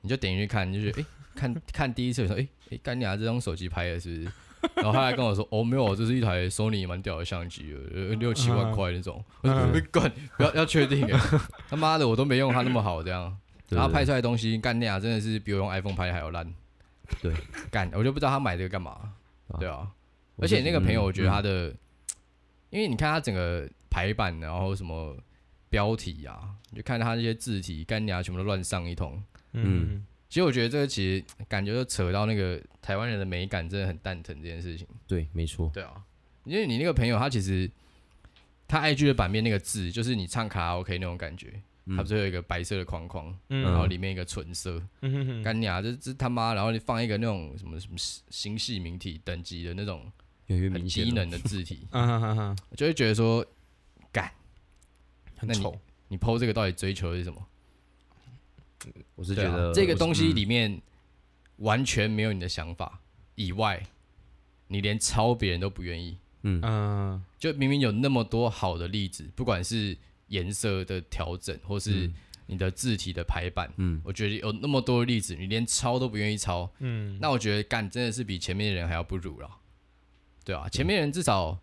Speaker 3: 你就点进去看，你就觉得哎、看看第一次的时候，哎、哎，干、你拿这张手机拍的是不是？然后他还跟我说：“哦，没有，这是一台 Sony 蛮屌的相机的，呃六七万块那种。”我说：“ 干，不要要确定耶，他妈的，我都没用它那么好这样。”
Speaker 2: 对
Speaker 3: 然后拍出来的东西干那真的是比我用 iPhone 拍的还要烂。
Speaker 2: 对，
Speaker 3: 干我就不知道他买这个干嘛。
Speaker 2: 啊
Speaker 3: 对啊，
Speaker 2: 我
Speaker 3: 而且那个朋友，
Speaker 2: 嗯
Speaker 3: 我觉得他的，因为你看他整个排版，啊然后什么标题啊，你就看他那些字体干你全部都乱上一通。
Speaker 1: 嗯
Speaker 3: 其实我觉得这个其实感觉就扯到那个台湾人的美感真的很蛋疼这件事情。
Speaker 2: 嗯对，没错，
Speaker 3: 对啊，因为你那个朋友他其实他 IG 的版面那个字就是你唱卡拉 OK 那种感觉，
Speaker 2: 嗯
Speaker 3: 它不是有一个白色的框框，
Speaker 1: 嗯
Speaker 3: 然后里面一个纯色，
Speaker 1: 嗯哼哼，
Speaker 3: 干娘这这他妈，然后你放一个那种什么什么星系名体等级的那种
Speaker 2: 越来越
Speaker 3: 很
Speaker 2: 明显
Speaker 3: 低
Speaker 2: 了。
Speaker 3: 能的字体
Speaker 1: 啊哈哈哈，
Speaker 3: 我就会觉得说，干
Speaker 1: 很
Speaker 3: 那你
Speaker 1: 丑，
Speaker 3: 你剖这个到底追求的是什么？
Speaker 2: 我是觉
Speaker 3: 对啊
Speaker 2: 得嗯
Speaker 3: 这个
Speaker 2: 我是
Speaker 3: 东西里面完全没有你的想法以外，你连抄别人都不愿意。
Speaker 2: 嗯
Speaker 1: 嗯
Speaker 3: 就明明有那么多好的例子，不管是颜色的调整，或是你的字体的排版，
Speaker 2: 嗯
Speaker 3: 我觉得有那么多例子，你连抄都不愿意抄，
Speaker 1: 嗯，
Speaker 3: 那我觉得干真的是比前面的人还要不如了，对啊，前面人至少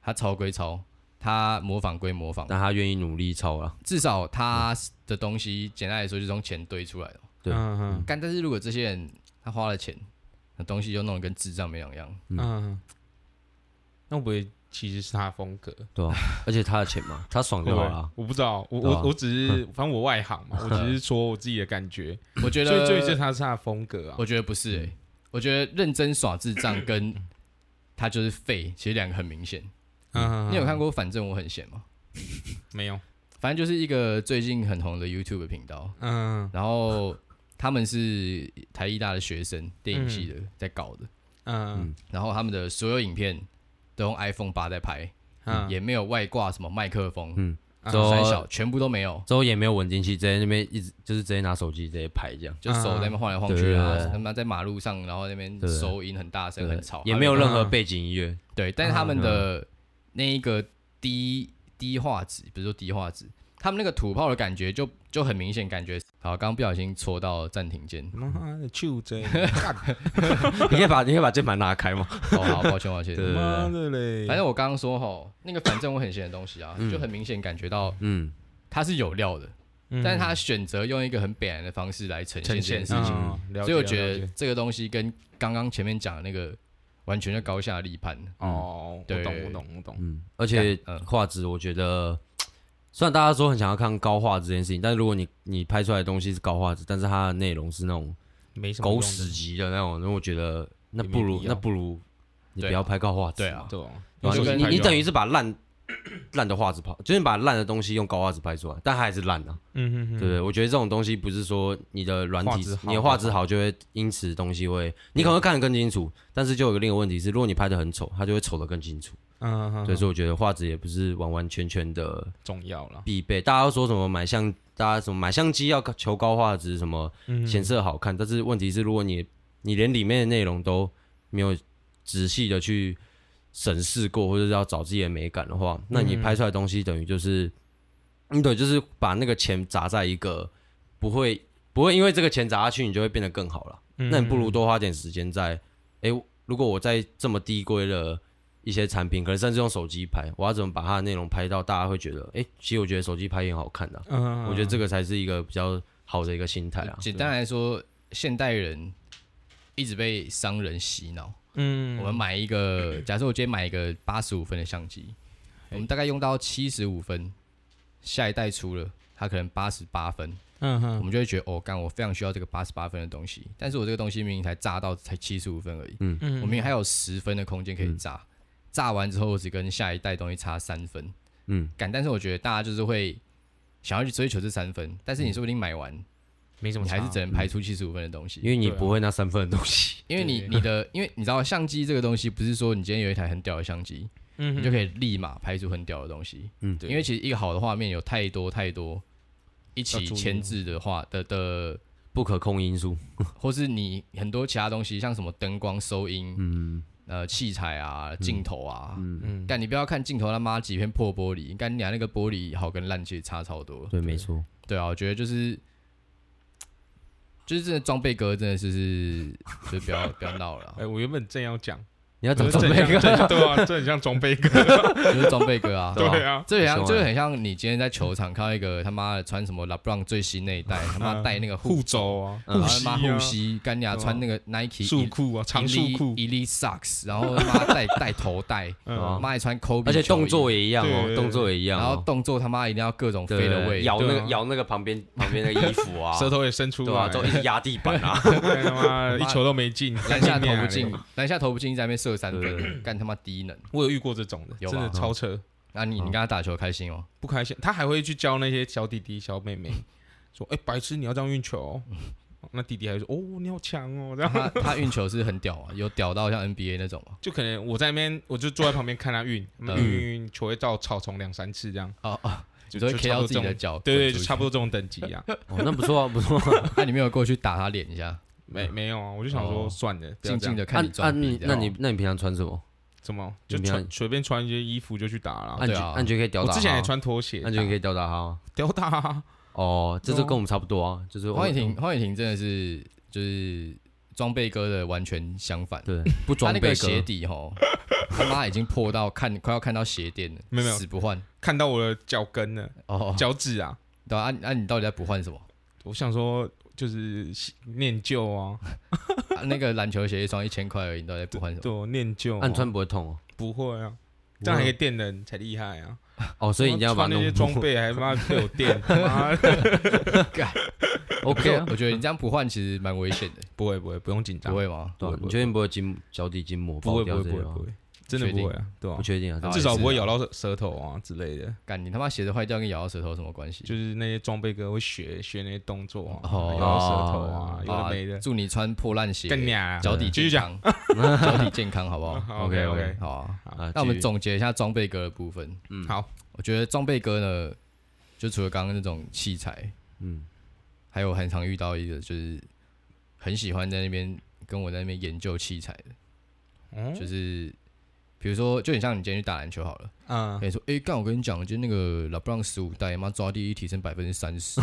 Speaker 3: 他抄归抄，他模仿归模仿，
Speaker 2: 但他愿意努力抄啊，
Speaker 3: 至少他的东西简单来说就是从钱堆出来的。
Speaker 2: 对
Speaker 1: 嗯哼
Speaker 3: 干，但是如果这些人他花了钱，那东西就弄得跟智障没两样，
Speaker 2: 嗯
Speaker 1: 嗯，那会不会其实是他的风格？
Speaker 2: 对啊，而且他的钱嘛，他爽
Speaker 1: 会
Speaker 2: 就
Speaker 1: 不
Speaker 2: 好
Speaker 1: 会
Speaker 2: 了啊。
Speaker 1: 我不知道，我
Speaker 2: 对啊
Speaker 1: 我我只是，反正我外行嘛，我只是说我自己的感觉，
Speaker 3: 我 觉
Speaker 1: 所
Speaker 3: 得
Speaker 1: 以所以这他是他的风格啊
Speaker 3: 我。觉得不是诶、我觉得认真耍智障跟他就是废，其实两个很明显。
Speaker 1: 嗯，
Speaker 3: 你有看过《反正我很闲》吗？
Speaker 1: 没有？
Speaker 3: 反正就是一个最近很红的 YouTube 频道，
Speaker 1: 嗯
Speaker 3: 然后他们是台艺大的学生，电影系的在搞的，
Speaker 1: 嗯
Speaker 3: 然后他们的所有影片都用 iPhone 八在拍，
Speaker 1: 嗯，
Speaker 3: 也没有外挂什么麦克风、
Speaker 2: 嗯，
Speaker 1: 啊，
Speaker 2: 之后
Speaker 3: 三小，全部都没有。
Speaker 2: 之后也没有稳定器，直接那边一直就是直接拿手机直接拍这样，
Speaker 3: 就手在那边晃来晃去
Speaker 2: 对对
Speaker 3: 啊
Speaker 2: 对，
Speaker 3: 他妈在马路上，然后那边
Speaker 2: 对
Speaker 3: 收音很大声，很吵，啊
Speaker 2: 也没有嗯
Speaker 3: 还
Speaker 2: 任何背景音乐。
Speaker 3: 对，但是他们的那一个低低画质，比如说低画质，他们那个土炮的感觉就就很明显，感觉好，刚刚不小心戳到暂停键
Speaker 1: 妈的，就这，
Speaker 2: 你可以把你可以把键盘拿开 吗？
Speaker 3: 哦，好，抱歉，抱歉。
Speaker 2: 对
Speaker 1: 妈的嘞！
Speaker 3: 反正我刚刚说吼，那个反正我很闲的东西啊，就很明显感觉到
Speaker 2: 嗯，
Speaker 3: 它是有料的，
Speaker 1: 嗯
Speaker 3: 但是他选择用一个很北然的方式来呈
Speaker 2: 呈
Speaker 3: 现这
Speaker 2: 现啊
Speaker 3: 件事情，
Speaker 1: 嗯，了
Speaker 3: 所
Speaker 1: 解
Speaker 3: 以我
Speaker 1: 了
Speaker 3: 觉得
Speaker 1: 解
Speaker 3: 这个东西跟刚刚前面讲的那个完全就高下立判。
Speaker 1: 哦，我
Speaker 3: 对
Speaker 1: 懂，我懂，我懂。
Speaker 2: 嗯，而且
Speaker 3: 干嗯
Speaker 2: 画质，我觉得虽然大家说很想要看高画质这件事情，但如果你你拍出来的东西是高画质，但是它的内容是那种
Speaker 1: 没什么
Speaker 2: 狗
Speaker 1: 用
Speaker 2: 屎
Speaker 1: 的，
Speaker 2: 级的那种，那我觉得那
Speaker 1: 也没
Speaker 2: 不如
Speaker 1: 必要
Speaker 2: 那不如你
Speaker 3: 对
Speaker 2: 不要拍高画质
Speaker 3: 对
Speaker 2: 嘛，
Speaker 3: 啊，
Speaker 1: 对啊，
Speaker 2: 对吧
Speaker 3: 就跟
Speaker 2: 你你
Speaker 1: 拍
Speaker 2: 等于是把烂 烂的画质拍，就是把烂的东西用高画质拍出来，但它还是烂啊。
Speaker 1: 嗯哼哼，
Speaker 2: 对不对？我觉得这种东西不是说你的软
Speaker 1: 画
Speaker 2: 体
Speaker 1: 质，好
Speaker 2: 你的画质好就会因此东西会，你可能会看得更清楚，但是就有一个另一个问题是，如果你拍的很丑，它就会丑得更清楚。
Speaker 1: 嗯，嗯
Speaker 2: 对，
Speaker 1: 嗯
Speaker 2: 所以我觉得画质也不是完完全全的
Speaker 1: 重要了。
Speaker 2: 必备。大家都说什么买相，大家什么买相机要求高画质，什么
Speaker 1: 嗯
Speaker 2: 显色好看，但是问题是，如果你你连里面的内容都没有仔细的去审视过，或者是要找自己的美感的话，那你
Speaker 1: 嗯
Speaker 2: 拍出来的东西等于就是，你等于就是把那个钱砸在一个不会不会因为这个钱砸下去，你就会变得更好了。
Speaker 1: 嗯
Speaker 2: 那你不如多花点时间在，诶，如果我在这么低规的一些产品，可能甚至用手机拍，我要怎么把它的内容拍到大家会觉得，诶，其实我觉得手机拍也很好看的啊、
Speaker 1: 嗯，
Speaker 2: 我觉得这个才是一个比较好的一个心态啊。
Speaker 3: 简单来说，现代人一直被商人洗脑。
Speaker 1: 嗯，
Speaker 3: 我们买一个，假设我今天买一个八十五分的相机，我们大概用到七十五分，下一代出了，它可能八十八分，
Speaker 1: 嗯
Speaker 3: 我
Speaker 1: 哼
Speaker 3: 们就会觉得哦，干，我非常需要这个八十八分的东西，但是我这个东西明明才炸到才七十五分而已，
Speaker 1: 嗯，
Speaker 3: 我明明还有十分的空间可以炸，炸完之后我只跟下一代东西差三分，
Speaker 2: 嗯，
Speaker 3: 干，但是我觉得大家就是会想要去追求这三分，但是你说不定买完，
Speaker 1: 没什么
Speaker 3: 你
Speaker 1: 差，
Speaker 3: 还是只能拍出七十五分的东西，
Speaker 2: 因为你
Speaker 1: 对啊
Speaker 2: 不会那三分的东西。
Speaker 3: 嗯因为你
Speaker 1: 对
Speaker 3: 你的，因为你知道相机这个东西，不是说你今天有一台很屌的相机，
Speaker 1: 嗯哼
Speaker 3: 你就可以立马拍出很屌的东西。
Speaker 2: 嗯
Speaker 1: 对
Speaker 3: 因为其实一个好的画面有太多太多一
Speaker 1: 要
Speaker 3: 起
Speaker 1: 注意
Speaker 3: 牵制的话的的，
Speaker 2: 不可控因素，
Speaker 3: 或是你很多其他东西，像什么灯光、收音、
Speaker 2: 嗯，
Speaker 3: 呃器材啊、镜头啊。
Speaker 1: 嗯
Speaker 3: 干你不要看镜头他妈几片破玻璃，干你俩那个玻璃好跟烂其实差超多。
Speaker 2: 对，没错，
Speaker 3: 对啊，我觉得就是就是真的装备哥真的是是就不要不要闹了啊
Speaker 1: 哎、，我原本正要讲，
Speaker 2: 你要
Speaker 1: 可
Speaker 2: 找
Speaker 1: 是
Speaker 2: 准备
Speaker 1: 这
Speaker 2: 一
Speaker 1: 很像
Speaker 2: 个，
Speaker 1: 对啊，这很像装备哥，
Speaker 3: 就是装备哥啊，
Speaker 2: 对吧
Speaker 1: 对啊，
Speaker 3: 这很像，
Speaker 2: 不错
Speaker 3: 就
Speaker 2: 欸
Speaker 3: 很像你今天在球场看到一个他妈的穿什么 LeBron 最新那一代，他妈戴那个
Speaker 1: 护
Speaker 3: 护，
Speaker 1: 肘啊，
Speaker 3: 然后
Speaker 1: 膝
Speaker 3: 他
Speaker 1: 啊，
Speaker 3: 妈护膝，干牙
Speaker 1: 对啊
Speaker 3: 穿那个 Nike
Speaker 1: 束裤啊，长束裤，
Speaker 3: Elite Socks，然后他妈戴戴头带，
Speaker 2: 啊
Speaker 1: 嗯，
Speaker 3: 妈还穿 Kobe，
Speaker 2: 而且
Speaker 3: 球衣
Speaker 2: 动作，也一样
Speaker 1: 对
Speaker 2: 哦，动作也一样
Speaker 3: 然后
Speaker 2: 哦，
Speaker 3: 动作他妈一定要各种飞
Speaker 2: 对
Speaker 3: 的位，
Speaker 2: 咬那
Speaker 1: 对
Speaker 2: 个
Speaker 1: 啊
Speaker 2: 咬那个旁边旁边的衣服啊，
Speaker 1: 舌头也伸出
Speaker 2: 对
Speaker 1: 来
Speaker 2: 吧？，都一直压地板 啊，
Speaker 1: 哎他妈一球都没进，
Speaker 3: 篮下
Speaker 1: 干你啊
Speaker 3: 投啊不
Speaker 1: 娘嘞
Speaker 3: 进，篮下投不进，在那边射三
Speaker 2: 对对
Speaker 3: 分，干他妈低能，
Speaker 1: 我有遇过这种的，
Speaker 3: 有
Speaker 1: 真的
Speaker 3: 吧
Speaker 1: 超车，
Speaker 3: 那你你跟他打球开心哦，
Speaker 1: 不开心，他还会去教那些小弟弟、小妹 妹，说：“哎、白痴，你要这样运球哦、
Speaker 3: 嗯
Speaker 1: 那弟弟还说：“哦，你好强哦。”这样
Speaker 3: 他他运球是很屌啊，有屌到像 NBA 那种啊嘛。
Speaker 1: 就可能我在那边，我就坐在旁边看他 运，他
Speaker 3: 嗯
Speaker 1: 们运运运，球会到草丛两三次这样，
Speaker 3: 哦哦，
Speaker 1: 就
Speaker 3: 你都会
Speaker 1: 就
Speaker 3: K
Speaker 1: 差
Speaker 3: 到
Speaker 1: 不多
Speaker 3: 自
Speaker 1: 这
Speaker 3: 己的
Speaker 1: 种，
Speaker 3: 脚，
Speaker 1: 对对，就差不多这种等级 啊。
Speaker 2: 哦，那不错啊，不错 啊。
Speaker 3: 多。那你没有过去打他脸一下，
Speaker 1: 没没有啊，我就想说
Speaker 3: 哦
Speaker 1: 算了，不要
Speaker 3: 静
Speaker 1: 这
Speaker 3: 静
Speaker 1: 样。
Speaker 3: 的看
Speaker 2: 按
Speaker 3: 你装
Speaker 2: 按
Speaker 3: 逼。
Speaker 2: 啊那你那你平常穿什么？
Speaker 1: 怎么
Speaker 2: 你
Speaker 1: 就
Speaker 2: 不要
Speaker 1: 穿随便穿一些衣服就去打了
Speaker 2: 按
Speaker 1: 啊。
Speaker 3: 对
Speaker 2: 觉
Speaker 3: 啊
Speaker 2: 按觉可以吊打
Speaker 1: 我
Speaker 2: 他啊。
Speaker 1: 之前也穿拖鞋打，
Speaker 2: 按觉可以吊打他啊。
Speaker 1: 吊打啊，
Speaker 2: 哦，这就跟我们差不多啊，就是我
Speaker 3: 黄雨婷，黄雨婷真的是就是装备哥的完全相反。
Speaker 2: 对，不
Speaker 3: 他
Speaker 2: 装
Speaker 3: 那
Speaker 2: 备
Speaker 3: 个
Speaker 2: 哥
Speaker 3: 鞋底吼， 他妈已经破到看快要看到鞋垫了，
Speaker 1: 没有没有
Speaker 3: 死不换
Speaker 1: 看到我的脚跟了，
Speaker 3: 哦。
Speaker 1: 脚趾啊，
Speaker 3: 对啊，那、啊、你到底在不换什么？
Speaker 1: 我想说就是念旧啊，
Speaker 3: 啊、那个篮球鞋一双一千块而已，你到底在不换什么？
Speaker 1: 对，我念旧啊。
Speaker 2: 按穿不会痛哦。
Speaker 1: 不会啊，这样还可以电人才厉害啊。
Speaker 2: 哦，所以你一定要把它
Speaker 1: 穿那
Speaker 2: 弄
Speaker 1: 些装
Speaker 2: 破。
Speaker 1: 备还妈被我电，妈的
Speaker 3: 可是
Speaker 2: OK 啊，
Speaker 3: 我觉得你这样 不换其实蛮危险的，
Speaker 1: 不会不会，不用紧张，
Speaker 3: 不会吗？
Speaker 2: 对啊，
Speaker 1: 不会
Speaker 2: 你确定不会筋脚底筋膜
Speaker 1: 不
Speaker 2: 爆
Speaker 1: 会
Speaker 2: 掉
Speaker 1: 不会
Speaker 2: 这
Speaker 1: 不
Speaker 2: 些
Speaker 1: 会
Speaker 2: 吗
Speaker 1: 不？会，真的
Speaker 3: 确定
Speaker 1: 不会啊，对吧
Speaker 2: 不？确定啊，
Speaker 3: 好
Speaker 2: 这
Speaker 1: 至少不会
Speaker 3: 也是
Speaker 1: 咬
Speaker 3: 啊
Speaker 1: 到舌头啊之类的，
Speaker 3: 干你他妈鞋子坏掉跟咬到舌头有什么关系？
Speaker 1: 就是那些装备哥会学学那些动作啊，
Speaker 3: 哦
Speaker 1: 咬到舌头啊，有的
Speaker 3: 啊
Speaker 1: 没的，
Speaker 3: 祝你穿破烂鞋，
Speaker 1: 更娘啊哦
Speaker 3: 脚底
Speaker 1: 嗯继续
Speaker 3: 健
Speaker 1: 讲。
Speaker 3: 康， 脚底健康 好不好？
Speaker 1: OK OK，
Speaker 2: OK，OK
Speaker 3: 好啊。
Speaker 2: 啊，
Speaker 3: 那我们
Speaker 2: 继续
Speaker 3: 总结一下装备哥的部分。
Speaker 2: 嗯
Speaker 1: 好，
Speaker 3: 我觉得装备哥呢，就除了刚刚那种器材，
Speaker 2: 嗯，
Speaker 3: 还有很常遇到一个就是很喜欢在那边跟我在那边研究器材的，
Speaker 1: 嗯
Speaker 3: 就是比如说，就很像你今天去打篮球好了，
Speaker 1: 嗯，
Speaker 3: 跟你说，哎、干，我跟你讲，就那个 LeBron 十五代，妈抓地一提升百分之三 十，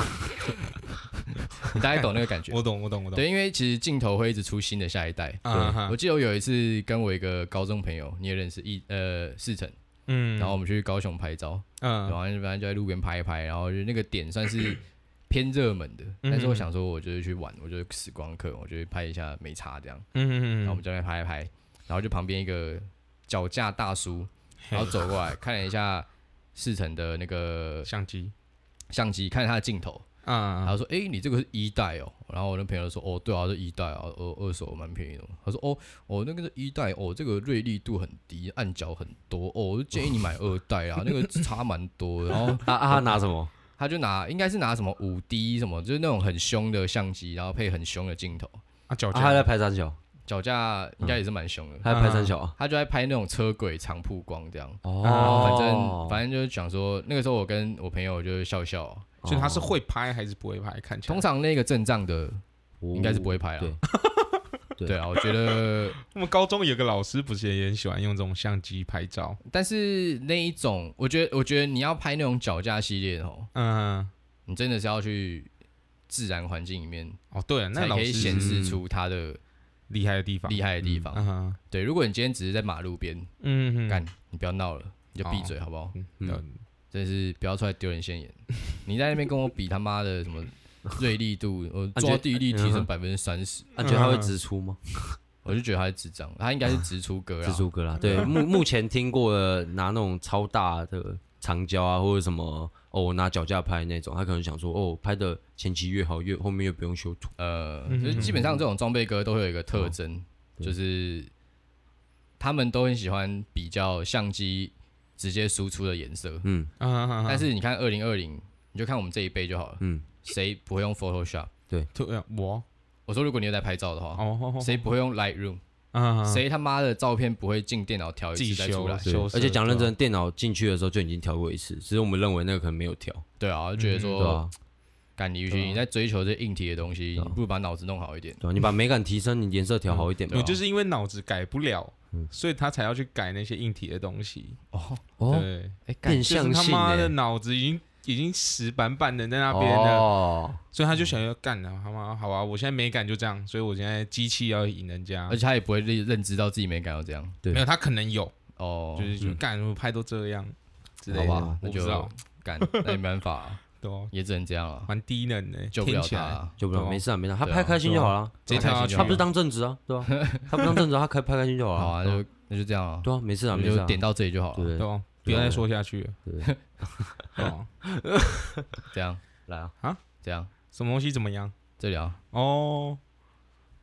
Speaker 3: 你大概懂那个感觉
Speaker 1: 我？懂我懂我懂，
Speaker 3: 对，因为其实镜头会一直出新的下一代。
Speaker 1: 啊哈
Speaker 3: 我记得我有一次跟我一个高中朋友，你也认识一呃世成，
Speaker 1: 嗯，
Speaker 3: 然后我们去高雄拍照，然
Speaker 1: 嗯
Speaker 3: 后反正就在路边拍一拍，然后就那个点算是 偏热门的，
Speaker 1: 嗯
Speaker 3: 但是我想说，我就是去玩，我就是时光客，我就去拍一下没差这样，
Speaker 1: 嗯
Speaker 3: 然后
Speaker 1: 嗯
Speaker 3: 我们就在那拍一拍，然后就旁边一个脚架大叔，然后走过 来看了一下世成的那个
Speaker 1: 嗯，相机
Speaker 3: 相机，看了他的镜头，然
Speaker 1: 啊
Speaker 3: 后说：“哎、你这个是一代哦。”然后我那朋友就说：“哦，对啊，是一代啊，二二手蛮便宜的。”他说：“哦，哦，那个是一代哦，这个锐利度很低，按角很多哦，我就建议你买二代啊，那个差蛮多。”然后
Speaker 2: 啊啊，他拿什么？
Speaker 3: 他就拿，应该是拿什么五 D 什么，就是那种很凶的相机，然后配很凶的镜头，
Speaker 1: 啊脚
Speaker 2: 啊他
Speaker 1: 架
Speaker 2: 在拍三小，
Speaker 3: 脚架应该也是蛮凶的。
Speaker 2: 他在拍三小啊。
Speaker 3: 他就在拍那种车轨长曝光这样。
Speaker 2: 哦，
Speaker 3: 反正反正就是讲说，那个时候我跟我朋友就是笑笑，
Speaker 1: 所以他是会拍还是不会拍？看起来
Speaker 3: 通常那个阵仗的
Speaker 2: 应
Speaker 3: 应该是不会拍
Speaker 2: 哦
Speaker 3: 了
Speaker 2: 对。对
Speaker 3: 对啊，我觉得
Speaker 1: 我们高中有个老师不是也很喜欢用这种相机拍照？
Speaker 3: 但是那一种，我觉得，我觉得你要拍那种脚架系列的哦，
Speaker 1: 嗯，
Speaker 3: 你真的是要去自然环境里面，
Speaker 1: 哦，对，那
Speaker 3: 才
Speaker 1: 老
Speaker 3: 可以显
Speaker 1: 师
Speaker 3: 示出它的
Speaker 1: 厉害的地方，
Speaker 3: 厉害的地方。
Speaker 1: 嗯哼
Speaker 3: 对，如果你今天只是在马路边
Speaker 1: 嗯
Speaker 3: 干，你不要闹了，你就闭嘴好不好？
Speaker 1: 嗯
Speaker 2: 嗯
Speaker 1: 嗯
Speaker 3: 真是不要出来丢人现眼。 你在那边跟我比他妈的什么锐利度， 我
Speaker 1: 啊
Speaker 3: 抓地力
Speaker 1: 嗯
Speaker 3: 提升百分之三十，
Speaker 2: 啊，你觉得他会直出吗？
Speaker 3: 我就觉得他是智障，他应该是直出哥
Speaker 2: 直
Speaker 3: 啊。
Speaker 2: 出哥啦，对，目目前听过的拿那种超大的长焦啊，或者什么哦，我拿脚架拍那种，他可能想说哦，拍的前期越好，越后面越不用修图。啊
Speaker 3: 呃，
Speaker 1: 嗯
Speaker 3: 就是基本上这种装备哥都会有一个
Speaker 1: 哦
Speaker 3: 特征，
Speaker 2: 对
Speaker 3: 就是他们都很喜欢比较相机直接输出的颜色。
Speaker 2: 嗯
Speaker 1: 啊，
Speaker 3: 但是你看二零二零，你就看我们这一辈 就好了，
Speaker 2: 嗯，
Speaker 3: 谁不会用 Photoshop？
Speaker 1: 对啊我
Speaker 3: 我说如果你有在拍照的话，
Speaker 1: 哦，
Speaker 3: 哦谁不会用 Lightroom？
Speaker 1: 啊
Speaker 3: 谁他妈的照片不会进电脑调一
Speaker 1: 自己
Speaker 3: 次再出
Speaker 1: 修
Speaker 3: 来？
Speaker 2: 对
Speaker 1: 修色，
Speaker 2: 而且讲认
Speaker 1: 对啊，
Speaker 2: 真，电脑进去的时候就已经调过一次，只是我们认为那个可能没有调，
Speaker 3: 对啊，我就觉得
Speaker 1: 嗯
Speaker 2: 对
Speaker 3: 说，
Speaker 2: 啊，
Speaker 3: 干你与其
Speaker 1: 啊
Speaker 3: 你在追求这硬体的东西，你不如把脑子弄好一点。
Speaker 2: 对啊，你把美感提升，你颜色调好一点嘛。
Speaker 1: 你就是因为脑子改不了，
Speaker 3: 嗯
Speaker 1: 所以他才要去改那些硬体的东西。
Speaker 3: 哦，
Speaker 2: 哦，
Speaker 1: 对，
Speaker 3: 哎，干
Speaker 2: 变
Speaker 1: 就是
Speaker 2: 相
Speaker 1: 他
Speaker 2: 性
Speaker 1: 妈的
Speaker 2: 欸
Speaker 1: 脑子已经已经死板板的在那边了，
Speaker 2: 哦，
Speaker 1: 所以他就想要干了，他妈好啊，我现在美感就这样，所以我现在机器要赢人家
Speaker 3: 而。且他也不会认认知到自己没感到这样。
Speaker 2: 对
Speaker 1: 没有，他可能有，
Speaker 3: 哦，
Speaker 1: 就是就干，我拍都这样之类
Speaker 3: 好
Speaker 1: 的，
Speaker 3: 吧
Speaker 1: 我，
Speaker 3: 那
Speaker 1: 不
Speaker 3: 就
Speaker 1: 知道，
Speaker 3: 干，那也没办法啊，
Speaker 1: 对哦，
Speaker 3: 也只能这样了，
Speaker 1: 蛮低能的，
Speaker 3: 救不了
Speaker 1: 听起
Speaker 3: 他
Speaker 1: 来
Speaker 3: 啊。
Speaker 2: 就不
Speaker 1: 对
Speaker 2: 了，
Speaker 1: 啊
Speaker 2: 没事啊，没事啊，他
Speaker 3: 对啊
Speaker 2: 拍开心就好了。
Speaker 1: 直接跳下
Speaker 3: 开心
Speaker 1: 去
Speaker 3: 就
Speaker 2: 他
Speaker 3: 好
Speaker 2: 不是当正职啊，对吧、他不当正职，他开拍开心
Speaker 1: 哦
Speaker 2: 就好了。
Speaker 3: 好啊，
Speaker 2: 对
Speaker 3: 就那就这样啊，
Speaker 2: 对啊，没事啊，
Speaker 3: 我们
Speaker 2: 没事
Speaker 3: 就
Speaker 2: 啊，
Speaker 3: 点到这里就好
Speaker 2: 对
Speaker 3: 了，
Speaker 2: 不
Speaker 1: 对
Speaker 2: 对？
Speaker 1: 哦，不要再说下去了，
Speaker 2: 对，
Speaker 1: 对哦，
Speaker 3: 这样
Speaker 2: 来啊，
Speaker 3: 这样
Speaker 1: 什么东西怎么样？
Speaker 3: 这里啊，
Speaker 1: 哦，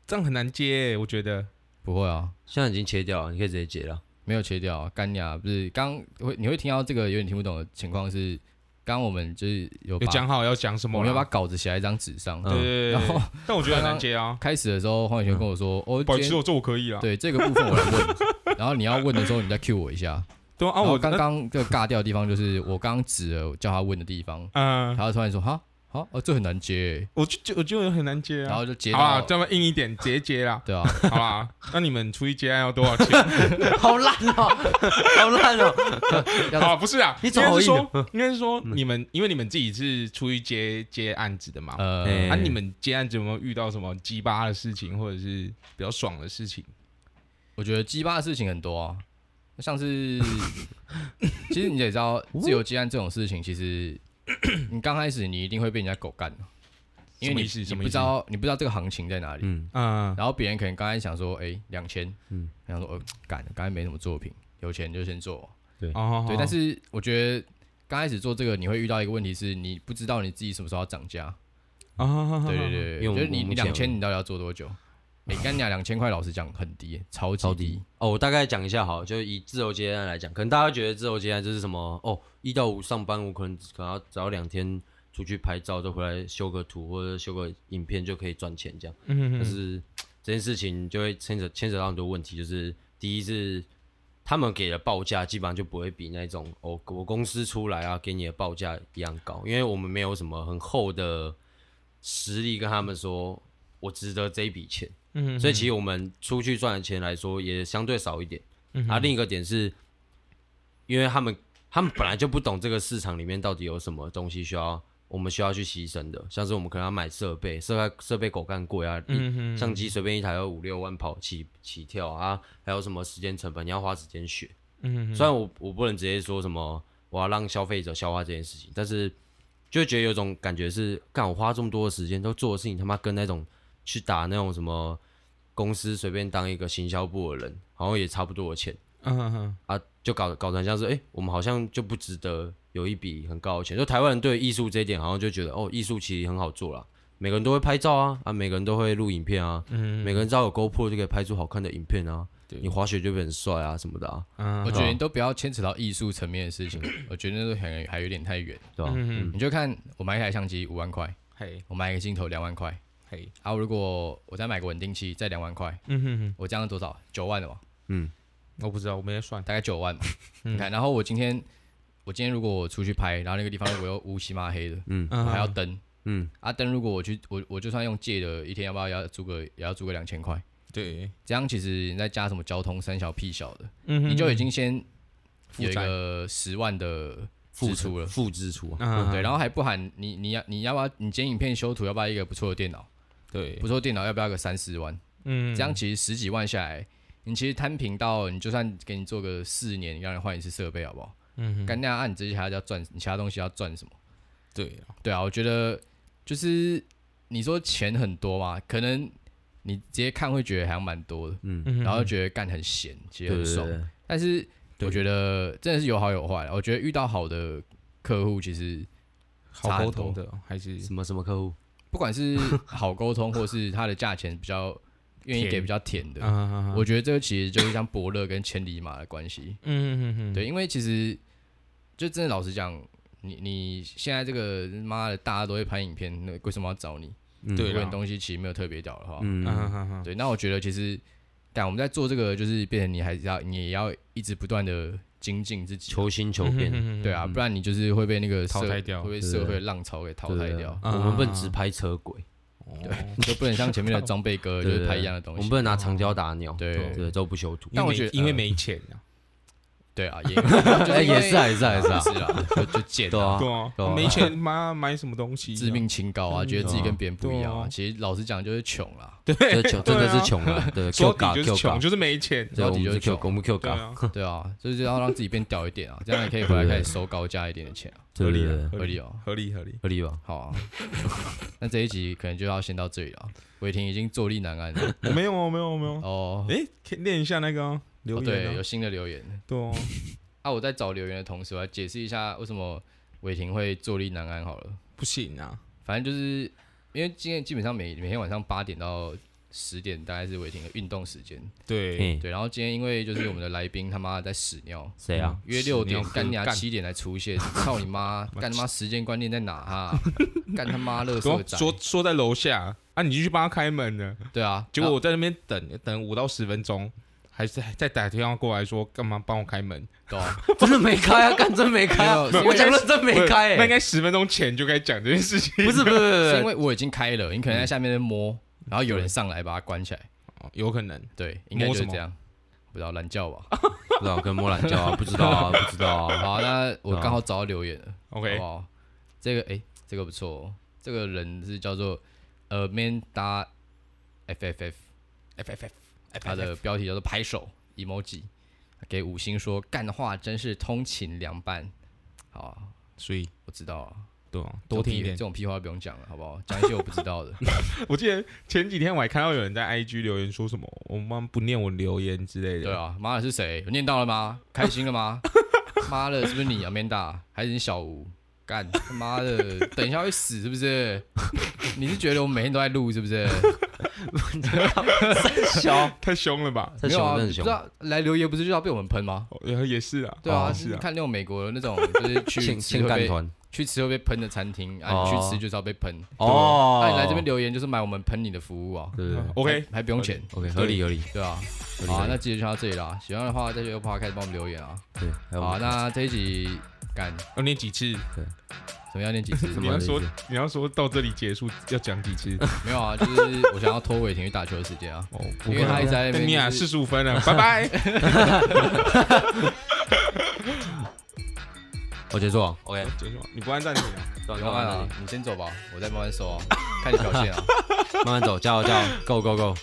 Speaker 1: 这样很难接欸，我觉得。
Speaker 3: 不会啊，
Speaker 2: 现在已经切掉了，你可以直接截了。
Speaker 3: 没有切掉，干呀，不是刚会你会听到这个有点听不懂的情况是，刚刚我们就是有
Speaker 1: 有
Speaker 3: 把
Speaker 1: 讲好要讲什
Speaker 3: 我
Speaker 1: 么
Speaker 3: 们
Speaker 1: 啦，嗯
Speaker 3: 有把稿子写在一张纸上。
Speaker 1: 对对对对
Speaker 3: 然后
Speaker 1: 但我觉得很难接啊。
Speaker 3: 开始的时候，黄伟轩跟我说：“哦，
Speaker 1: 保
Speaker 3: 今
Speaker 1: 持
Speaker 3: 天
Speaker 1: 我这我可以啊。
Speaker 3: 对这个部分我来问。” 然后你要问的时候，你再 cue 我一下。
Speaker 1: 对啊，
Speaker 3: 然后
Speaker 1: 我
Speaker 3: 刚
Speaker 1: 那
Speaker 3: 刚这个尬掉的地方就是我刚刚指了叫他问的地方，
Speaker 1: 嗯，
Speaker 3: 然后突然说：“哈，好，哦，这很难接。
Speaker 1: 我就就我就很难”接
Speaker 3: 然
Speaker 1: 啊。
Speaker 3: 后就接
Speaker 1: 好啦，
Speaker 3: 到，
Speaker 1: 这么硬一点，直接接啦
Speaker 3: 对啊，
Speaker 1: 好 啦。那你们出去接案要多少钱？
Speaker 2: 好烂哦， 好烂哦，
Speaker 3: 要
Speaker 1: 啊，不是啊，
Speaker 2: 你
Speaker 1: 应该
Speaker 2: 找
Speaker 1: 是
Speaker 2: 一个
Speaker 1: 说，应该是说你们，因为你们自己是出去接接案子的嘛。
Speaker 3: 呃
Speaker 2: 哎
Speaker 1: 啊，你们接案子有没有遇到什么鸡巴的事情，或者是比较爽的事情？
Speaker 3: 我觉得鸡巴的事情很多啊，像是其实你也知道，自由鸡案这种事情，其实你刚开始你一定会被人家狗干的，因为
Speaker 1: 什么
Speaker 3: 你
Speaker 1: 意思
Speaker 3: 你
Speaker 1: 什么
Speaker 3: 不
Speaker 1: 意
Speaker 3: 知
Speaker 1: 思
Speaker 3: 道你不知道这个行情在哪里，
Speaker 2: 嗯，
Speaker 1: 嗯，
Speaker 3: 然后别人可能刚才想说，哎、两千，嗯
Speaker 2: 嗯，
Speaker 3: 然后说，哦，干，刚才没什么作品，有钱就先做，
Speaker 1: 哦，
Speaker 3: 对，但是我觉得。刚开始做这个，你会遇到一个问题是，你不知道你自己什么时候要涨价。
Speaker 1: 啊，
Speaker 3: 对对对，
Speaker 2: 因为
Speaker 3: 就
Speaker 2: 我
Speaker 3: 是你
Speaker 2: 我
Speaker 3: 你
Speaker 2: 目前
Speaker 3: 两千，你到底要做多久？哎，干你两千块，老实讲很低，超级
Speaker 2: 超低。哦。我大概讲一下好了，就以自由接案来讲，可能大家觉得自由接案就是什么哦，一到五上班，我可能可能要只要两天出去拍照，就回来修个图或者修个影片就可以赚钱这样。
Speaker 1: 嗯
Speaker 2: 但是这件事情就会牵扯牵扯到很多问题，就是第一是他们给的报价基本上就不会比那种哦我公司出来啊给你的报价一样高，因为我们没有什么很厚的实力跟他们说我值得这一笔钱，
Speaker 1: 嗯
Speaker 2: 所以其实我们出去赚的钱来说也相对少一点。
Speaker 1: 嗯
Speaker 2: 啊，另一个点是，因为他们他们本来就不懂这个市场里面到底有什么东西需要我们需要去牺牲的，像是我们可能要买设备，设备设备狗干贵啊，一
Speaker 1: 嗯
Speaker 2: 相机随便一台要五六万跑起起跳啊，还有什么时间成本，你要花时间学。
Speaker 1: 嗯
Speaker 2: 虽然我我不能直接说什么我要让消费者消化这件事情，但是就会觉得有种感觉是，干我花这么多的时间都做的事情，他妈跟那种去打那种什么公司随便当一个行销部的人，好像也差不多的钱
Speaker 1: 嗯
Speaker 2: 啊，就搞搞成像是，哎、我们好像就不值得有一笔很高的钱。就台湾人对艺术这一点，好像就觉得哦，艺术其实很好做啦。每个人都会拍照啊，啊，每个人都会录影片啊，
Speaker 1: 嗯
Speaker 2: 每个人只要有 GoPro 就可以拍出好看的影片啊，
Speaker 3: 对
Speaker 2: 你滑雪就会很帅啊什么的啊，
Speaker 1: 嗯
Speaker 3: 我觉得你都不要牵扯到艺术层面的事情，我觉得那都很还有点太远。
Speaker 2: 对吧、嗯
Speaker 3: 你就看我买一台相机五万块，
Speaker 1: 嘿
Speaker 3: 我买一个镜头两万块，
Speaker 1: 嘿，
Speaker 3: 啊，如果我再买个稳定器再两万块，
Speaker 1: 嗯哼哼，
Speaker 3: 我这样多少？九万了嘛，
Speaker 1: 我不知道，我没在算。
Speaker 3: 大概九万嘛。
Speaker 1: 嗯
Speaker 3: 你看，然后我今天我今天如果我出去拍，然后那个地方我又乌漆嘛黑的，我
Speaker 1: 嗯
Speaker 3: 还要灯
Speaker 2: 嗯，
Speaker 3: 啊灯，如果我去我我就算用借的，一天要不要也要租个也要租个两千块？
Speaker 1: 对，
Speaker 3: 这样其实你再加什么交通三小屁小的，
Speaker 1: 嗯
Speaker 3: 你就已经先
Speaker 1: 负
Speaker 3: 有一
Speaker 1: 债
Speaker 3: 个十万的
Speaker 2: 付
Speaker 3: 支出了。
Speaker 2: 付支出啊，
Speaker 1: 嗯
Speaker 3: 对，然后还不含你你要你要不要你剪影片修图要不要一个不错的电脑？
Speaker 1: 对
Speaker 3: 不，错的电脑要不要个三四万？
Speaker 1: 嗯
Speaker 3: 这样其实十几万下来，你其实摊平到你就算给你做个四年，你让人换一次设备好不好？
Speaker 1: 嗯
Speaker 3: 干那样啊，你这些还要赚，你其他东西要赚什么？
Speaker 1: 对啊，
Speaker 3: 对啊，我觉得就是你说钱很多嘛，可能你直接看会觉得好像蛮多的，
Speaker 2: 嗯，
Speaker 1: 嗯
Speaker 3: 然后觉得干很闲，其
Speaker 2: 对对
Speaker 3: 实很
Speaker 2: 对
Speaker 3: 爽。
Speaker 2: 对，
Speaker 3: 但是
Speaker 1: 对
Speaker 3: 我觉得真的是有好有坏啦，我觉得遇到好的客户其实。
Speaker 1: 好沟通的还是
Speaker 2: 什么什么客户，
Speaker 3: 不管 是好沟通，或是它的价钱比较愿意给
Speaker 1: 甜
Speaker 3: 比较甜的，
Speaker 1: 嗯
Speaker 3: 我觉得这个其实就是像伯乐跟千里马的关系。
Speaker 1: 嗯嗯
Speaker 3: 对，因为其实就真的老实讲，你你现在这个妈的大家都会拍影片，那为什么要找你？
Speaker 2: 嗯
Speaker 1: 对
Speaker 3: 如果
Speaker 1: 啦
Speaker 3: 你东西其实没有特别屌的话，
Speaker 2: 嗯，
Speaker 1: 嗯嗯
Speaker 3: 对，那我觉得其实，但我们在做这个，就是变成你还是要你也要一直不断的精进自己。啊
Speaker 2: 求新求
Speaker 1: 嗯
Speaker 2: 变，
Speaker 3: 对啊，不然你就是会被那个
Speaker 1: 淘
Speaker 3: 社
Speaker 1: 汰掉
Speaker 3: 会被
Speaker 2: 哦对
Speaker 3: 社会浪潮给淘
Speaker 2: 对
Speaker 3: 汰
Speaker 2: 对对
Speaker 3: 掉。
Speaker 2: 我们不能只拍车轨，
Speaker 1: 对，
Speaker 3: 就不能像前面 的装备哥，就
Speaker 2: 对
Speaker 3: 是
Speaker 2: 对
Speaker 3: 拍
Speaker 2: 对
Speaker 3: 一样的东
Speaker 2: 我
Speaker 3: 西
Speaker 2: 们不。能拿长椒打鸟，
Speaker 3: 对
Speaker 2: 对对，都不修图，
Speaker 3: 但我觉得
Speaker 1: 因为没钱啊，
Speaker 3: 对啊，也 就是
Speaker 2: 哎
Speaker 3: 因为
Speaker 2: 也是啊也 是啊也是啊
Speaker 3: 是啊，就就贱
Speaker 2: 对
Speaker 3: 啊，
Speaker 2: 啊
Speaker 1: 对啊
Speaker 2: 对，啊
Speaker 1: 没钱妈买什么东西啊？
Speaker 3: 致命清高啊，觉得自己跟别人不一样
Speaker 1: 对
Speaker 3: 啊。
Speaker 1: 啊
Speaker 3: 其实老实讲就是穷啦，
Speaker 2: 这穷真的
Speaker 1: 对啊
Speaker 2: 是穷啊，对 ，Q
Speaker 1: 说底
Speaker 2: 嘎
Speaker 1: 就是
Speaker 2: Q 嘎
Speaker 1: 穷，，就是没钱。
Speaker 2: 对，我们
Speaker 3: 就是
Speaker 2: 是 Q，
Speaker 3: 穷
Speaker 2: 我们 Q
Speaker 1: 对
Speaker 2: 嘎，
Speaker 1: 啊，
Speaker 3: 对啊，所以就要让自己变屌一点啊，这样也可以回来开始收高价一点的钱啊，
Speaker 2: 对对
Speaker 1: 合理
Speaker 2: 对
Speaker 1: 啊，
Speaker 3: 合理哦。
Speaker 1: 合理合理。
Speaker 2: 合理吧？
Speaker 3: 好啊， 那这一集可能就要先到这里了啊。伟霆已经坐立难安了
Speaker 1: 我没有哦，没有哦，没有哦。
Speaker 3: 哦。
Speaker 1: 哎，可以练一下那个哦留
Speaker 3: 哦
Speaker 1: 言
Speaker 2: 啊
Speaker 3: 对，有
Speaker 1: 哦。
Speaker 3: 新的留言
Speaker 1: 对哦，
Speaker 3: 啊。我在找留言的同时，我来解释一下为什么伟霆会坐立难安好了。
Speaker 1: 不行啊。
Speaker 3: 反正就是因为今天基本上每每天晚上八点到十点大概是伟霆的运动时间。
Speaker 1: 对，
Speaker 2: 嘿
Speaker 3: 对，然后今天因为就是我们的来宾他妈在屎尿，
Speaker 2: 谁啊？
Speaker 3: 约六点
Speaker 1: 屎尿
Speaker 3: 干你娘
Speaker 1: 干
Speaker 3: 七点来出现，操 你妈！干他妈时间观念在哪啊？干他妈乐色
Speaker 1: 说
Speaker 3: 仔！
Speaker 1: 说说在楼下啊，你就去帮他开门了，
Speaker 3: 对啊，
Speaker 1: 结果我在那边等等五到十分钟，还是再打电话过来说干嘛帮我开门？
Speaker 3: 对啊，
Speaker 2: 真的没开啊， 干真没开啊！
Speaker 3: 没有
Speaker 2: 我讲了真没开
Speaker 1: 那
Speaker 2: 欸
Speaker 1: 应，该十分钟前就该讲这件事情，
Speaker 2: 不是不是不
Speaker 3: 是
Speaker 2: 是
Speaker 3: 因
Speaker 2: 不是，
Speaker 3: 为我已经开了，你可能在下面摸，然后有人上来把它关起来。
Speaker 1: 哦有可能
Speaker 3: 对，应该就
Speaker 1: 摸什
Speaker 3: 是
Speaker 1: 么
Speaker 3: 这样。不知道懒觉吧？
Speaker 2: 不知道跟摸懒觉 啊，不知道啊，不知道啊。
Speaker 3: 好啊，那我刚好找到留言了，好
Speaker 1: OK
Speaker 3: 不好？这个哎、这个不错、哦，这个人是叫做呃 man 搭 FFF。
Speaker 1: F F F，
Speaker 3: 他的标题叫做“拍手 emoji”，给五星说干话真是通勤凉拌。好啊、
Speaker 1: 所以
Speaker 3: 我知道啊，
Speaker 1: 对啊，多听一点
Speaker 3: 这。种屁话不用讲了，好不好？讲一些我不知 道的。
Speaker 1: 我记得前几天我还看到有人在 IG 留言说什么，我妈不念我留言之类的。
Speaker 3: 对啊，妈的是谁？有念到了吗？开心了吗？ 妈的，是不是你啊，Manda？还是你小吴？干他妈 的，等一下会死是不是？你是觉得我每天都在录是 不是？
Speaker 2: 小，
Speaker 1: 太凶了吧？
Speaker 2: 这
Speaker 3: 没有啊，
Speaker 2: 熊
Speaker 3: 不
Speaker 2: 真
Speaker 3: 知
Speaker 2: 熊，
Speaker 3: 道来留言不是就要被我们喷吗？
Speaker 1: 哦然后也是啊，
Speaker 3: 对啊，
Speaker 1: 哦是啊，
Speaker 3: 看那种美国的那种，就是去
Speaker 2: 欠
Speaker 3: 吃
Speaker 2: 欠
Speaker 3: 会
Speaker 2: 干
Speaker 3: 被
Speaker 2: 团
Speaker 3: 去吃会被喷的餐厅啊，你去吃就是要被喷。
Speaker 2: 哦
Speaker 3: 那、啊你来这边，留言就是买我们喷你的服务啊
Speaker 2: 对对对
Speaker 1: 哦，OK，
Speaker 3: 还还不用钱，
Speaker 2: ，OK，合理合理。
Speaker 3: 对啊。
Speaker 2: 合理
Speaker 3: 好啊
Speaker 2: 合，理
Speaker 3: 那今天就到这里啦。喜欢的话，在 Apple p o d 帮我们留言啊。
Speaker 2: 对，还有
Speaker 3: 好
Speaker 2: 哎我
Speaker 3: 啊，
Speaker 2: 们
Speaker 3: 那这一集干
Speaker 1: 要念几次？
Speaker 3: 怎么样？念几 次？
Speaker 2: 什
Speaker 1: 你
Speaker 2: 么
Speaker 1: 要
Speaker 2: 意思
Speaker 1: 说你要说到这里结束要讲几次？
Speaker 3: 没有啊，就是我想要拖伟霆去打球的时间啊。
Speaker 1: 哦，
Speaker 3: 因为他一直在那边
Speaker 1: 你啊，
Speaker 3: 就是
Speaker 1: 四十五分了，拜拜。哦
Speaker 2: 我结束啊，OK，
Speaker 1: 结束，你不按暂停啊？
Speaker 3: 不要按啊，你先走吧，我再慢慢收啊，看你表现啊。
Speaker 2: 慢慢走，加油加油，Go Go Go。